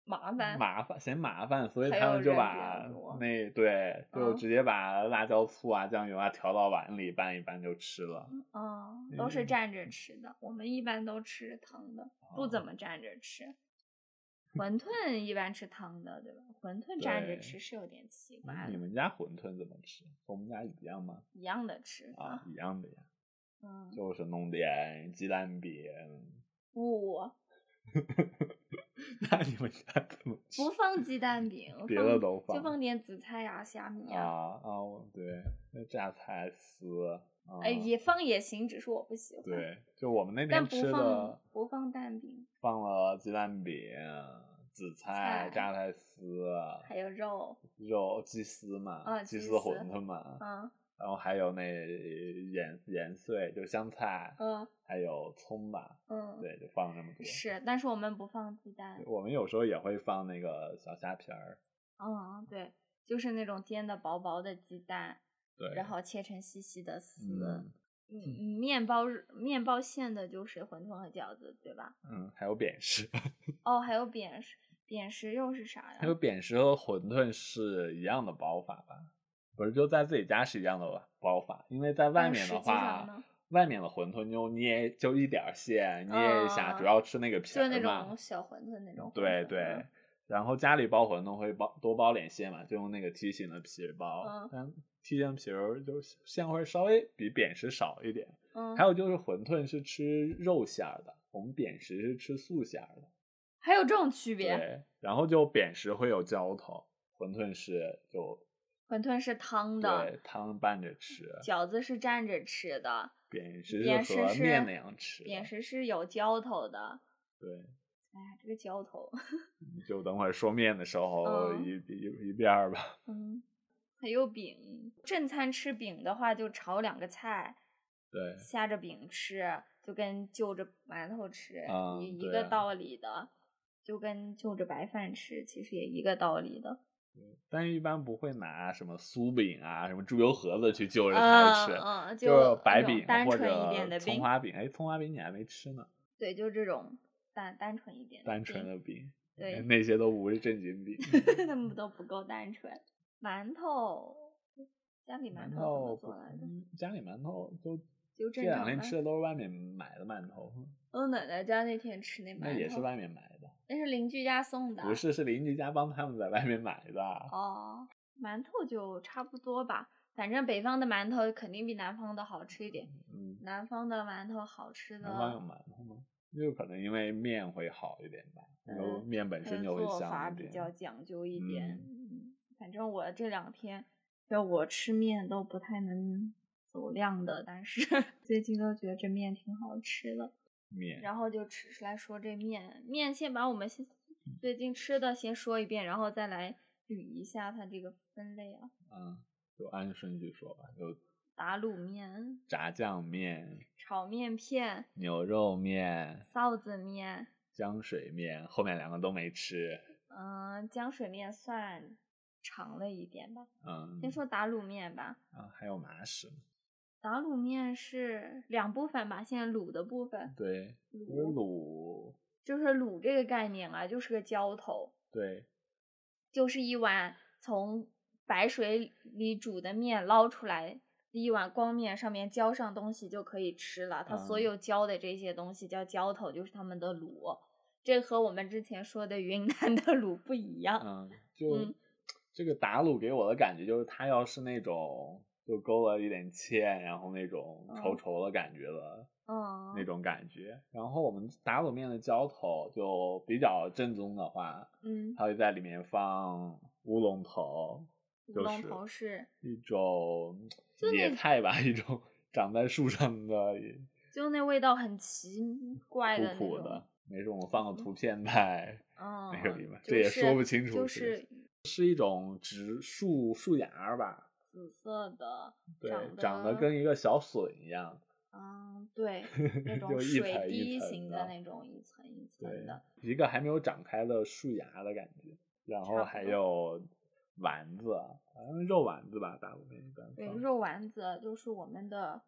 Speaker 2: 麻烦
Speaker 1: 麻烦嫌麻烦，所以
Speaker 2: 还
Speaker 1: 他
Speaker 2: 有
Speaker 1: 们就
Speaker 2: 人比
Speaker 1: 把
Speaker 2: 较多
Speaker 1: 那对就
Speaker 2: 嗯
Speaker 1: 直接把辣椒、醋啊、酱油啊调到碗里拌一拌就吃了。
Speaker 2: 哦，都是
Speaker 1: 嗯
Speaker 2: 蘸着吃的。我们一般都吃汤的，不
Speaker 1: 哦
Speaker 2: 怎么蘸着吃。馄饨一般吃汤的，对吧？馄饨蘸着
Speaker 1: 对
Speaker 2: 吃是有点奇怪
Speaker 1: 嗯
Speaker 2: 的，
Speaker 1: 你们家馄饨怎么吃？和我们家一样吗？
Speaker 2: 一样的吃法。
Speaker 1: 啊，一样的呀，
Speaker 2: 嗯，
Speaker 1: 就是弄点鸡蛋饼。
Speaker 2: 不
Speaker 1: 那你们家怎么吃
Speaker 2: 不放鸡蛋饼，
Speaker 1: 别的都
Speaker 2: 就
Speaker 1: 放
Speaker 2: 放点紫菜呀、虾米
Speaker 1: 啊
Speaker 2: 呀，
Speaker 1: 啊？我对，那榨菜丝啊，
Speaker 2: 哎，也放也行，只是我不喜欢。，
Speaker 1: 对，就我们那
Speaker 2: 但
Speaker 1: 天
Speaker 2: 不
Speaker 1: 吃的
Speaker 2: 放不放蛋饼，
Speaker 1: 放了鸡蛋饼、紫菜
Speaker 2: 菜、
Speaker 1: 榨菜丝、
Speaker 2: 还有肉，
Speaker 1: 肉鸡丝嘛，
Speaker 2: 啊
Speaker 1: 鸡
Speaker 2: 鸡
Speaker 1: 丝
Speaker 2: 丝
Speaker 1: 馄饨嘛，
Speaker 2: 嗯
Speaker 1: 然后还有那盐盐碎，就香菜，
Speaker 2: 嗯
Speaker 1: 还有葱吧，
Speaker 2: 嗯，
Speaker 1: 对，就放了这么多。
Speaker 2: 是，但是我们不放鸡蛋
Speaker 1: 对。我们有时候也会放那个小虾皮儿，
Speaker 2: 嗯，对，就是那种煎的薄薄的鸡蛋，
Speaker 1: 对，
Speaker 2: 然后切成细细的丝。
Speaker 1: 嗯
Speaker 2: 嗯嗯，面包面包馅的就是馄饨和饺子，对吧？
Speaker 1: 嗯，还有扁食，
Speaker 2: 哦，还有扁食，扁食又是啥呀
Speaker 1: 还？有扁食和馄饨是一样的包法吧？不是，就在自己家是一样的吧包法，因为在外
Speaker 2: 但
Speaker 1: 面
Speaker 2: 实
Speaker 1: 的
Speaker 2: 际
Speaker 1: 话
Speaker 2: 嗯上，呢
Speaker 1: 外面的馄饨就捏就一点儿馅捏一下，
Speaker 2: 啊
Speaker 1: 主要吃那个皮
Speaker 2: 就
Speaker 1: 儿
Speaker 2: 是那
Speaker 1: 嘛
Speaker 2: 种小馄饨嗯那种。
Speaker 1: 对对。，然后家里包馄饨会包多包点馅嘛，就用那个梯形的皮儿包，
Speaker 2: 嗯
Speaker 1: 但梯形皮儿就馅会稍微比扁食少一点。
Speaker 2: 嗯，
Speaker 1: 还有就是馄饨是吃肉馅儿的，我们扁食是吃素馅儿的。
Speaker 2: 还有这种区别？
Speaker 1: 对，然后就扁食会有浇头，馄饨是就
Speaker 2: 馄饨是汤的，
Speaker 1: 对汤拌着吃，
Speaker 2: 饺子是蘸着吃的，
Speaker 1: 扁食
Speaker 2: 扁
Speaker 1: 是
Speaker 2: 食
Speaker 1: 和
Speaker 2: 是
Speaker 1: 面那样吃的。
Speaker 2: 扁食是有浇头的。
Speaker 1: 对，
Speaker 2: 哎呀，这个浇头，
Speaker 1: 就等会儿说面的时候
Speaker 2: 嗯
Speaker 1: 一、一一遍儿吧。
Speaker 2: 嗯，还有饼。正餐吃饼的话，就炒两个菜，
Speaker 1: 对，
Speaker 2: 下着饼吃，就跟就着馒头吃、
Speaker 1: 嗯
Speaker 2: 一一
Speaker 1: 对
Speaker 2: 个
Speaker 1: 啊
Speaker 2: 道理的，就跟就着白饭吃其实也一个道理的。
Speaker 1: 但是一般不会拿什么酥饼啊、什么猪油盒子去就着它吃，
Speaker 2: 嗯嗯，
Speaker 1: 就
Speaker 2: 就
Speaker 1: 白
Speaker 2: 那种
Speaker 1: 饼
Speaker 2: 单
Speaker 1: 或
Speaker 2: 纯一点
Speaker 1: 者
Speaker 2: 的
Speaker 1: 葱
Speaker 2: 饼，
Speaker 1: 花饼。哎，葱花饼你还没吃呢，
Speaker 2: 对，就这种单单纯一点的
Speaker 1: 单纯
Speaker 2: 饼
Speaker 1: 的，饼，
Speaker 2: 嗯
Speaker 1: 哎
Speaker 2: 对嗯
Speaker 1: 那些都不是正经饼。
Speaker 2: 他们都不够单纯。馒头，家里馒
Speaker 1: 馒
Speaker 2: 头怎么
Speaker 1: 头
Speaker 2: 做
Speaker 1: 不
Speaker 2: 来着？
Speaker 1: 嗯家里馒头都
Speaker 2: 就
Speaker 1: 这
Speaker 2: 正
Speaker 1: 两
Speaker 2: 常
Speaker 1: 天
Speaker 2: 的。
Speaker 1: 吃的都是外面买的馒头，
Speaker 2: 我奶奶家那天吃那馒头，
Speaker 1: 那也是外面买的，
Speaker 2: 那是邻居家送的，
Speaker 1: 不是是邻居家帮他们在外面买的。
Speaker 2: 哦，馒头就差不多吧，反正北方的馒头肯定比南方的好吃一点。
Speaker 1: 嗯，
Speaker 2: 南方的馒头好吃
Speaker 1: 南方有
Speaker 2: 的，
Speaker 1: 馒头吗？就可能因为面会好一点吧，就
Speaker 2: 嗯
Speaker 1: 面本
Speaker 2: 可
Speaker 1: 身
Speaker 2: 能
Speaker 1: 就会
Speaker 2: 做法
Speaker 1: 香一啊
Speaker 2: 比
Speaker 1: 点。
Speaker 2: 较讲究一点。嗯，反正我这两天，就我吃面都不太能走量的，但是 最近都觉得这面挺好吃的，
Speaker 1: 面
Speaker 2: 然后就吃来说这面面，先把我们先
Speaker 1: 嗯
Speaker 2: 最近吃的先说一遍，然后再来捋一下它这个分类啊，
Speaker 1: 嗯，就按顺序说吧，有
Speaker 2: 打卤面、
Speaker 1: 炸酱面、
Speaker 2: 炒面片。
Speaker 1: 牛肉面、
Speaker 2: 臊子面，
Speaker 1: 浆水面，后面两个都没吃。
Speaker 2: 嗯、浆水面算长了一点吧。
Speaker 1: 嗯，
Speaker 2: 先说打卤面吧，
Speaker 1: 啊，还有麻食，
Speaker 2: 打卤面是两部分吧，现在卤的部分，
Speaker 1: 对，因为
Speaker 2: 卤
Speaker 1: 卤，
Speaker 2: 就是卤这个概念啊，就是个浇头，
Speaker 1: 对，
Speaker 2: 就是一碗从白水里煮的面捞出来。一碗光面上面浇上东西就可以吃了，它所
Speaker 1: 嗯
Speaker 2: 有浇的这些东西叫浇头，就是他们的卤。这和我们之前说的云南的卤不一样。
Speaker 1: 嗯，就、
Speaker 2: 嗯
Speaker 1: 这个打卤给我的感觉就是，它要是那种就勾了一点芡，然后那种稠
Speaker 2: 嗯
Speaker 1: 稠的感觉的、
Speaker 2: 嗯，
Speaker 1: 那种感觉。然后我们打卤面的浇头就比较正宗的话，
Speaker 2: 嗯
Speaker 1: 它会在里面放乌龙头，
Speaker 2: 乌龙
Speaker 1: 就是
Speaker 2: 头是
Speaker 1: 一种
Speaker 2: 就
Speaker 1: 野
Speaker 2: 那
Speaker 1: 菜吧，一种长在树上的也
Speaker 2: 就那味道很奇怪的那
Speaker 1: 苦苦
Speaker 2: 种，
Speaker 1: 的。没事，我们放个图片在
Speaker 2: 嗯，
Speaker 1: 那个里面，
Speaker 2: 就
Speaker 1: 这也
Speaker 2: 是
Speaker 1: 说不清楚。
Speaker 2: 就
Speaker 1: 其实
Speaker 2: 是
Speaker 1: 是一种植树树芽儿吧，
Speaker 2: 紫色的，
Speaker 1: 对，
Speaker 2: 长
Speaker 1: 长得
Speaker 2: 得
Speaker 1: 跟一个小笋一样，
Speaker 2: 嗯， 对，那种
Speaker 1: 就一
Speaker 2: 水
Speaker 1: 层一
Speaker 2: 滴
Speaker 1: 层
Speaker 2: 形
Speaker 1: 的
Speaker 2: 的那种一层一层
Speaker 1: 对
Speaker 2: 的，，
Speaker 1: 一个还没有长开的树芽的感觉，然
Speaker 2: 差
Speaker 1: 后
Speaker 2: 不
Speaker 1: 还
Speaker 2: 多
Speaker 1: 有丸子，好像是肉丸子吧，大部分一般
Speaker 2: 对，
Speaker 1: 放
Speaker 2: 肉丸子就是我们的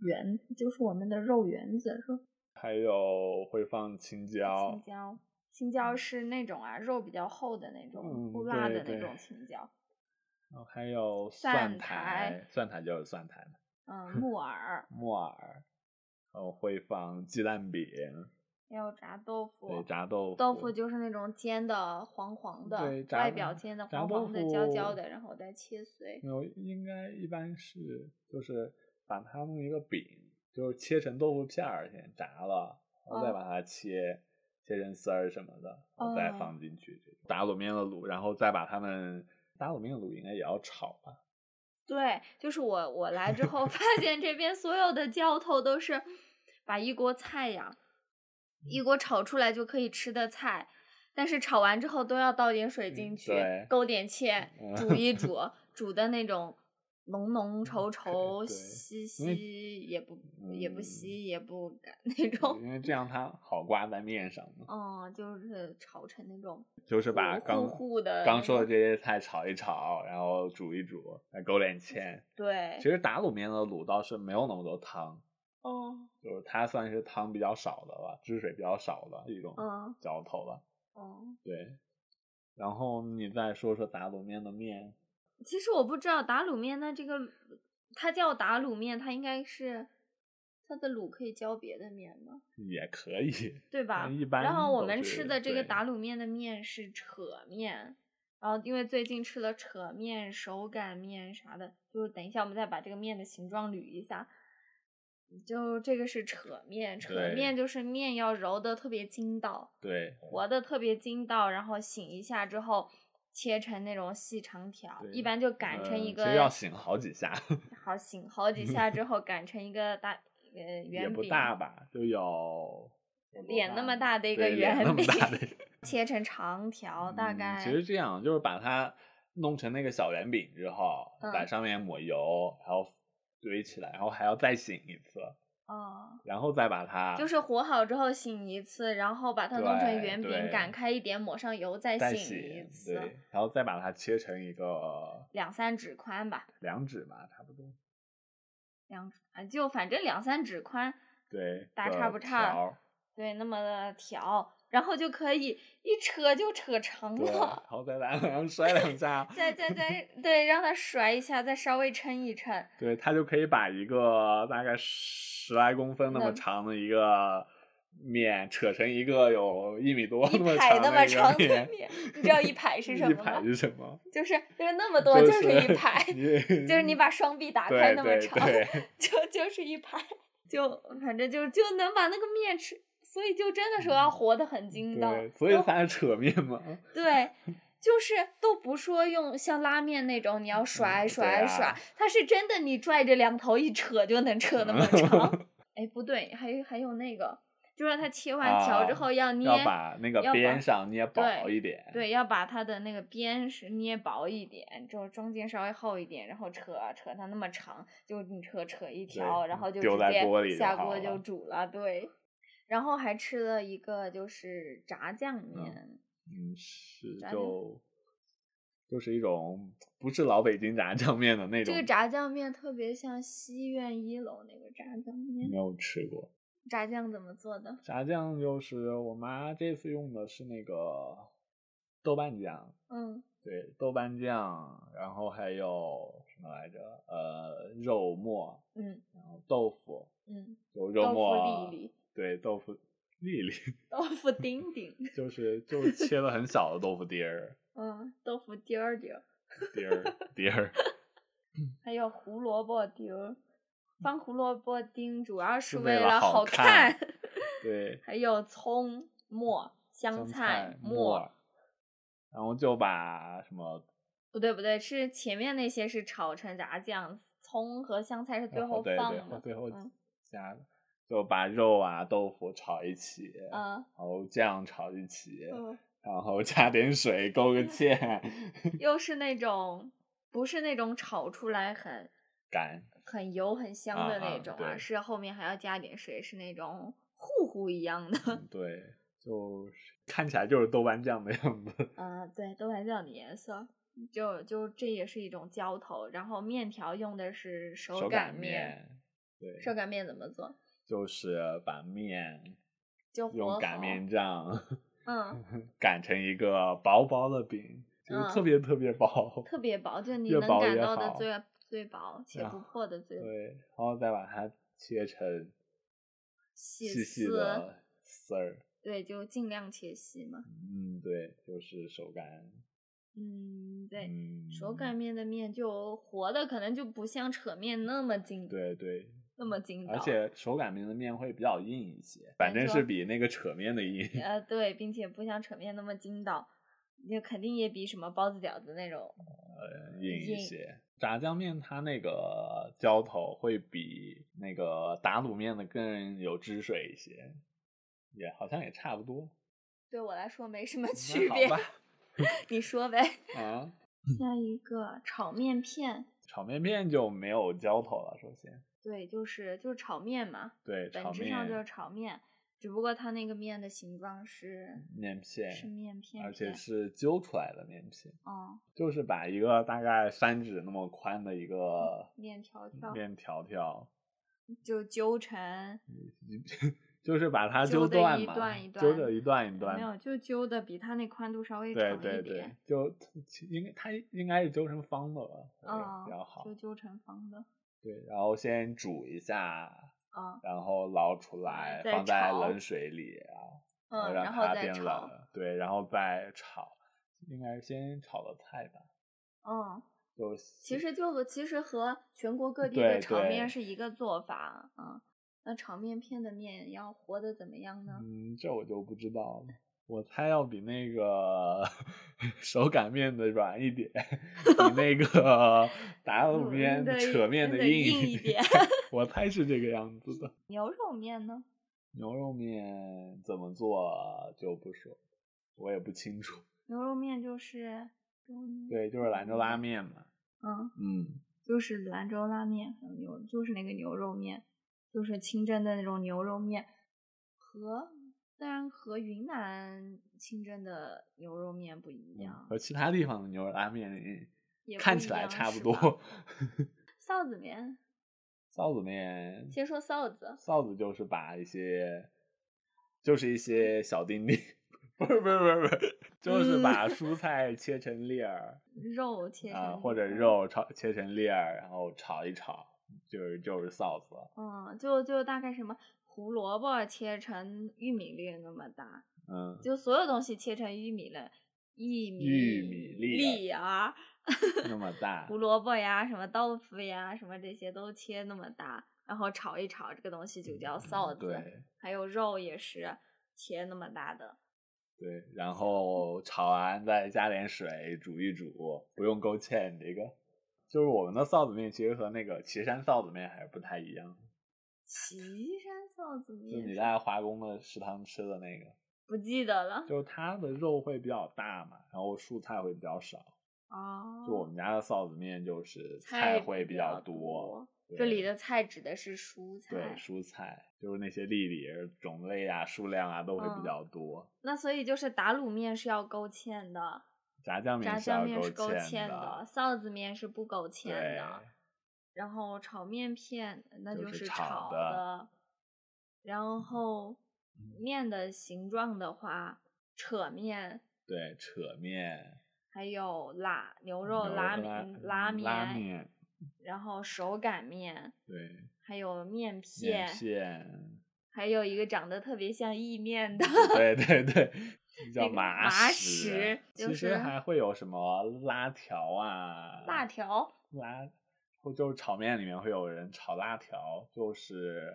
Speaker 2: 圆，就是我们的肉圆子，肉
Speaker 1: 还有会放青椒，
Speaker 2: 青椒。青椒是那种啊，肉比较厚的那种，
Speaker 1: 嗯
Speaker 2: 不辣
Speaker 1: 对
Speaker 2: 的那
Speaker 1: 对
Speaker 2: 种青椒。
Speaker 1: 然后还有
Speaker 2: 蒜
Speaker 1: 蒜
Speaker 2: 苔
Speaker 1: 苔，蒜苔就是蒜苔嘛，
Speaker 2: 嗯，木耳，
Speaker 1: 木耳，然后会放鸡蛋饼，
Speaker 2: 还有炸豆腐。
Speaker 1: 对，炸豆腐，
Speaker 2: 豆腐就是那种煎的黄黄的
Speaker 1: 对，炸
Speaker 2: 外表煎的
Speaker 1: 炸
Speaker 2: 黄
Speaker 1: 豆
Speaker 2: 黄的焦焦
Speaker 1: 腐
Speaker 2: 的，然后再切碎。
Speaker 1: 没有，应该一般是就是把它弄一个饼，就是切成豆腐片儿，先炸了，然后再
Speaker 2: 哦
Speaker 1: 把它切、切成丝儿什么的，然后再
Speaker 2: 哦
Speaker 1: 放进去这种打卤面的卤，然后再把它们打卤面的卤应该也要炒吧？
Speaker 2: 对，就是我我来之后 发现这边所有的浇头都是把一锅菜呀，一锅炒出来就可以吃的菜，但是炒完之后都要倒点水进
Speaker 1: 嗯
Speaker 2: 去
Speaker 1: 对，
Speaker 2: 勾点芡，煮
Speaker 1: 嗯
Speaker 2: 一煮，煮的那种浓浓稠稠、
Speaker 1: 对
Speaker 2: 稀
Speaker 1: 因为
Speaker 2: 稀也不也不
Speaker 1: 嗯
Speaker 2: 稀也不干 那种，
Speaker 1: 因为这样它好挂在面上嘛，
Speaker 2: 嗯，就是炒成那种
Speaker 1: 就是把
Speaker 2: 糊糊
Speaker 1: 刚
Speaker 2: 糊的
Speaker 1: 刚
Speaker 2: 那
Speaker 1: 说的
Speaker 2: 种
Speaker 1: 这些菜炒一炒，然后煮一煮，再勾点芡。
Speaker 2: 对
Speaker 1: 其，实打卤面的卤倒是没有那么多汤，
Speaker 2: 哦，
Speaker 1: 就是它算是汤比较少的了，汁水比较少的一种
Speaker 2: 嗯
Speaker 1: 浇头了。
Speaker 2: 哦。
Speaker 1: 对，然后你再说说打卤面的面，
Speaker 2: 其实我不知道打卤面，它这个卤它叫打卤面，它应该是它的卤可以浇别的面吗？
Speaker 1: 也可以。
Speaker 2: 对吧？
Speaker 1: 嗯一般
Speaker 2: 然后我
Speaker 1: 都
Speaker 2: 们
Speaker 1: 是
Speaker 2: 吃的这个
Speaker 1: 对
Speaker 2: 打卤面的面是扯面，然后因为最近吃了扯面、手擀面啥的，就是等一下我们再把这个面的形状捋一下。就这个是扯面，扯
Speaker 1: 对
Speaker 2: 面就是面要揉的特别筋道，
Speaker 1: 对
Speaker 2: 和的特别筋道，然后醒一下之后切成那种细长条，
Speaker 1: 对
Speaker 2: 一般就擀成一
Speaker 1: 嗯
Speaker 2: 个，
Speaker 1: 其实要醒好几下，
Speaker 2: 好醒好几下之 后擀成一个大呃
Speaker 1: 也
Speaker 2: 圆
Speaker 1: 不
Speaker 2: 饼，
Speaker 1: 大吧，就有
Speaker 2: 脸那么大的一个
Speaker 1: 对脸
Speaker 2: 圆
Speaker 1: 那么
Speaker 2: 饼，
Speaker 1: 大的一个
Speaker 2: 切成长条，大
Speaker 1: 嗯
Speaker 2: 概
Speaker 1: 其实这样就是把它弄成那个小圆饼之后，
Speaker 2: 嗯
Speaker 1: 在上面抹油，然后堆起来，然后还要再醒一次，
Speaker 2: 哦。
Speaker 1: 然后再把它
Speaker 2: 就是和好之后醒一次，然后把它弄成
Speaker 1: 啊对
Speaker 2: 圆饼，
Speaker 1: 对
Speaker 2: 擀开一点，抹上油，再
Speaker 1: 再
Speaker 2: 醒一
Speaker 1: 醒，
Speaker 2: 次，
Speaker 1: 对，然后再把它切成一个
Speaker 2: 两三指宽吧，
Speaker 1: 两指吧，差不多，
Speaker 2: 两啊就反正两三指宽，
Speaker 1: 对，
Speaker 2: 大
Speaker 1: 的
Speaker 2: 差不差
Speaker 1: 条儿
Speaker 2: 对，那么的条，然后就可以一扯就扯长
Speaker 1: 对，
Speaker 2: 了，
Speaker 1: 然后再来上 摔两下，
Speaker 2: 再再再对，让它甩一下，再稍微抻一抻，
Speaker 1: 对，它就可以把一个大概十来公分那
Speaker 2: 那
Speaker 1: 么长的一个面扯成一个有一米多
Speaker 2: 一
Speaker 1: 那么
Speaker 2: 排
Speaker 1: 长
Speaker 2: 那么
Speaker 1: 一个
Speaker 2: 长的
Speaker 1: 面，
Speaker 2: 面，你知道一排是 什
Speaker 1: 一
Speaker 2: 么吗
Speaker 1: 排？是什么？
Speaker 2: 就是就是那 么多，就是一排，
Speaker 1: 就
Speaker 2: 就是 你把双臂打开那么长，
Speaker 1: 对对
Speaker 2: 就就是一排，就反正就就能把那个面吃，所以就真的是要活得很
Speaker 1: 对
Speaker 2: 筋道，
Speaker 1: 嗯对，所以
Speaker 2: 然后
Speaker 1: 才是扯面嘛。
Speaker 2: 对，就是都不说用像拉面那种，你要甩
Speaker 1: 对
Speaker 2: 甩
Speaker 1: 啊
Speaker 2: 甩，它是真的，你拽着两头一扯就能扯那 么长。哎，不对，还有还有那个，就让它切完条之
Speaker 1: 啊
Speaker 2: 后要捏，
Speaker 1: 要把那个
Speaker 2: 要把
Speaker 1: 边上捏薄
Speaker 2: 对
Speaker 1: 一点，
Speaker 2: 对，要把它的那个边是捏薄一点，就中间稍微厚一点，然后扯扯它那么长，就你扯扯一条，然后就
Speaker 1: 丢
Speaker 2: 直
Speaker 1: 在
Speaker 2: 接
Speaker 1: 锅里就
Speaker 2: 下
Speaker 1: 好
Speaker 2: 锅就
Speaker 1: 了
Speaker 2: 煮了，对。然后还吃了一个就是炸酱面，
Speaker 1: 嗯，是
Speaker 2: 炸酱
Speaker 1: 就就是一种不是老北京炸酱面的那
Speaker 2: 这
Speaker 1: 种，
Speaker 2: 个炸酱面特别像西苑一楼那个炸酱面
Speaker 1: 没，有吃过。
Speaker 2: 炸酱怎么做的？
Speaker 1: 炸酱就是我妈这次用的是那个豆瓣酱，
Speaker 2: 嗯，
Speaker 1: 对，豆瓣酱，然后还有什么来着？呃，肉末，
Speaker 2: 嗯
Speaker 1: 然后豆腐，
Speaker 2: 嗯，
Speaker 1: 有
Speaker 2: 豆
Speaker 1: 肉
Speaker 2: 腐
Speaker 1: 末，
Speaker 2: 粒粒，
Speaker 1: 对，豆腐粒 粒，
Speaker 2: 豆腐丁丁，
Speaker 1: 就是就是切了很小的豆腐丁儿，
Speaker 2: 嗯，豆腐丁儿丁儿，
Speaker 1: 丁儿丁 儿，
Speaker 2: 还有胡萝卜丁儿。放胡萝卜丁主要是
Speaker 1: 为了
Speaker 2: 了
Speaker 1: 好
Speaker 2: 好
Speaker 1: 看
Speaker 2: 看，
Speaker 1: 对，
Speaker 2: 还有葱末、香
Speaker 1: 香菜
Speaker 2: 末
Speaker 1: 末，然后就把什么
Speaker 2: 不对不对，是前面那些是炒成炸酱，葱和香菜是最
Speaker 1: 然后
Speaker 2: 后
Speaker 1: 哦对
Speaker 2: 放
Speaker 1: 对，
Speaker 2: 的。
Speaker 1: 最后
Speaker 2: 嗯
Speaker 1: 加的，就把肉啊豆腐炒一起，然
Speaker 2: 嗯
Speaker 1: 后酱炒一起，
Speaker 2: 嗯，
Speaker 1: 然后加点水勾个芡，
Speaker 2: 又是那种不是那种炒出来很
Speaker 1: 干
Speaker 2: 很油很香的那种
Speaker 1: 啊啊对
Speaker 2: 是后面还要加点水，是那种糊糊一样的。
Speaker 1: 嗯对，就是看起来就是豆瓣酱的样子。
Speaker 2: 嗯，对，豆瓣酱的颜色，就就这也是一种浇头。然后面条用的是手擀
Speaker 1: 擀
Speaker 2: 面，
Speaker 1: 面，对，
Speaker 2: 手擀面怎么做？
Speaker 1: 就是把面
Speaker 2: 就和
Speaker 1: 用擀
Speaker 2: 好
Speaker 1: 面，杖
Speaker 2: 嗯，
Speaker 1: 擀成一个薄薄的饼，就是特
Speaker 2: 嗯
Speaker 1: 别特别薄，
Speaker 2: 特别薄，就你
Speaker 1: 越
Speaker 2: 能
Speaker 1: 薄
Speaker 2: 擀
Speaker 1: 越
Speaker 2: 到的
Speaker 1: 好
Speaker 2: 最最薄且
Speaker 1: 然
Speaker 2: 不
Speaker 1: 后
Speaker 2: 破的最
Speaker 1: 对，然后再把它切成
Speaker 2: 细
Speaker 1: 细细
Speaker 2: 丝，
Speaker 1: 的丝儿。
Speaker 2: 对，就尽量切细嘛。
Speaker 1: 嗯，对，就是手擀。
Speaker 2: 嗯，对，
Speaker 1: 嗯、
Speaker 2: 手擀。面的面就活的，可能就不像扯面那么筋，
Speaker 1: 对对，
Speaker 2: 那么筋道。
Speaker 1: 而，且手擀面的面会比较硬一些，反
Speaker 2: 没
Speaker 1: 正
Speaker 2: 错
Speaker 1: 是比那个扯面的硬。
Speaker 2: 呃，对，并且不像扯面那么筋道，也肯定也比什么包子、饺子那种
Speaker 1: 呃硬一
Speaker 2: 硬
Speaker 1: 些。炸酱面它那个浇头会比那个打卤面的更有汁水一些，也好像也差不多。
Speaker 2: 对我来说没什么
Speaker 1: 嗯那
Speaker 2: 区
Speaker 1: 好
Speaker 2: 别。
Speaker 1: 吧
Speaker 2: 你说呗。
Speaker 1: 啊，
Speaker 2: 下一个炒面片，
Speaker 1: 炒面面就没有浇头了。首先，
Speaker 2: 对，就是就是炒面嘛，
Speaker 1: 对，
Speaker 2: 本
Speaker 1: 炒
Speaker 2: 质上就是
Speaker 1: 面
Speaker 2: 炒面，只不过它那个面的形状是
Speaker 1: 面片，
Speaker 2: 是面片
Speaker 1: 嗯
Speaker 2: 片，
Speaker 1: 而且是揪出来的面片，
Speaker 2: 哦，
Speaker 1: 就是把一个大概三指那么宽的一个
Speaker 2: 面条条
Speaker 1: 面条条，
Speaker 2: 就揪成，
Speaker 1: 就是把它
Speaker 2: 揪得
Speaker 1: 断
Speaker 2: 一
Speaker 1: 嘛，
Speaker 2: 段一
Speaker 1: 揪
Speaker 2: 段
Speaker 1: 的一段一段
Speaker 2: 没，有就揪的比它那宽度稍微长
Speaker 1: 对对
Speaker 2: 一点，
Speaker 1: 对，就其应该它应该是揪成方的吧，会
Speaker 2: 哦
Speaker 1: 比较好
Speaker 2: 就。揪成方的，
Speaker 1: 对，然后先煮一下，
Speaker 2: 啊、
Speaker 1: 然后捞出来，
Speaker 2: 再
Speaker 1: 放在
Speaker 2: 炒
Speaker 1: 冷水里，啊
Speaker 2: 嗯，
Speaker 1: 让
Speaker 2: 然后
Speaker 1: 它
Speaker 2: 再
Speaker 1: 变
Speaker 2: 炒，
Speaker 1: 冷。对，然后再炒，应该是先炒个菜吧。
Speaker 2: 嗯，
Speaker 1: 就
Speaker 2: 其
Speaker 1: 是
Speaker 2: 实就和其实和全国各地
Speaker 1: 对
Speaker 2: 的炒面
Speaker 1: 对
Speaker 2: 是一个做法啊。那炒面片的面要和的怎么样呢？
Speaker 1: 嗯，这我就不知道了。我猜要比那个 手擀面的软一点，比那 个打卤
Speaker 2: 嗯
Speaker 1: 面、
Speaker 2: 的
Speaker 1: 扯面的
Speaker 2: 真的硬一
Speaker 1: 一
Speaker 2: 点
Speaker 1: 我猜是这个样子的。
Speaker 2: 牛肉面呢？
Speaker 1: 牛肉面怎么做就不说，我也不清楚。
Speaker 2: 牛肉面就是，嗯
Speaker 1: 对，就是兰州拉，面嘛。
Speaker 2: 嗯，
Speaker 1: 嗯，
Speaker 2: 就是兰州拉面，还有牛，就是那个牛肉面，就是清真的那种牛肉面，和当然和云南清真的牛肉面不一样，
Speaker 1: 和其他地方的牛肉拉面
Speaker 2: 也
Speaker 1: 嗯
Speaker 2: 不
Speaker 1: 看
Speaker 2: 一
Speaker 1: 起来
Speaker 2: 样
Speaker 1: 差不。
Speaker 2: 是吧
Speaker 1: 多。
Speaker 2: 臊子面，
Speaker 1: 臊子面，
Speaker 2: 先说臊子，
Speaker 1: 臊子就是把一些，就是一些小丁丁，不是不是不是不是，
Speaker 2: 嗯
Speaker 1: 就是把蔬菜切成粒儿
Speaker 2: 肉切成、
Speaker 1: 啊、或者。肉炒切成粒儿，然后炒一炒，就是就是臊子。
Speaker 2: 嗯，就就大概什么胡萝卜切成玉米粒那么大，
Speaker 1: 嗯，
Speaker 2: 就所有东西切成玉米了，玉米
Speaker 1: 玉米粒儿
Speaker 2: 粒啊，
Speaker 1: 那么大
Speaker 2: 胡萝卜呀，什么豆腐呀，什么这些都切那么大，然后炒一炒，这个东西就叫臊子。
Speaker 1: 嗯对
Speaker 2: 还有肉也是切那么大的，
Speaker 1: 对，然后炒完再加点水煮一煮，不用勾芡。你这个就是我们的臊子面，其实和那个岐山臊子面还是不太一样，
Speaker 2: 岐山臊子
Speaker 1: 就是
Speaker 2: 面
Speaker 1: 你
Speaker 2: 是
Speaker 1: 在华工的食堂吃的那个，
Speaker 2: 不记得了
Speaker 1: 就是它的肉会比较大嘛，然后蔬菜会比较少。
Speaker 2: 哦。
Speaker 1: 就我们家的臊子面就是
Speaker 2: 菜
Speaker 1: 会比
Speaker 2: 较
Speaker 1: 多，
Speaker 2: 多，这里
Speaker 1: 对
Speaker 2: 的菜指的是蔬菜。
Speaker 1: 对蔬菜就是那些粒粒儿种类啊、数量啊都会
Speaker 2: 嗯
Speaker 1: 比较多。
Speaker 2: 那所以就是打卤面是要勾芡的，
Speaker 1: 炸酱
Speaker 2: 炸
Speaker 1: 面
Speaker 2: 酱面
Speaker 1: 要
Speaker 2: 是勾
Speaker 1: 芡
Speaker 2: 的，臊子面是不勾芡
Speaker 1: 对
Speaker 2: 的，然后炒面片那
Speaker 1: 就
Speaker 2: 就是是
Speaker 1: 炒
Speaker 2: 炒
Speaker 1: 的嗯
Speaker 2: 然后面的形状的话，扯面
Speaker 1: 对，扯面、
Speaker 2: 还有拉牛
Speaker 1: 牛
Speaker 2: 肉拉
Speaker 1: 面
Speaker 2: 面、拉面，
Speaker 1: 拉面，
Speaker 2: 然后手擀面，
Speaker 1: 对，
Speaker 2: 还有面片，
Speaker 1: 面 片，
Speaker 2: 还有一个长得特别像意面的，
Speaker 1: 对对 对，叫
Speaker 2: 那个麻
Speaker 1: 食
Speaker 2: 食。就
Speaker 1: 其
Speaker 2: 是
Speaker 1: 实还会有什么拉条啊，
Speaker 2: 辣条。
Speaker 1: 拉，或就是炒面里面会有人炒辣条，就是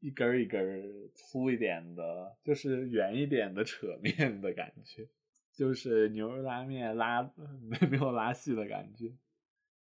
Speaker 1: 一根儿一根儿粗一点的，就是圆一点的扯面的感觉。就是牛肉拉面拉 没没有拉细的感觉，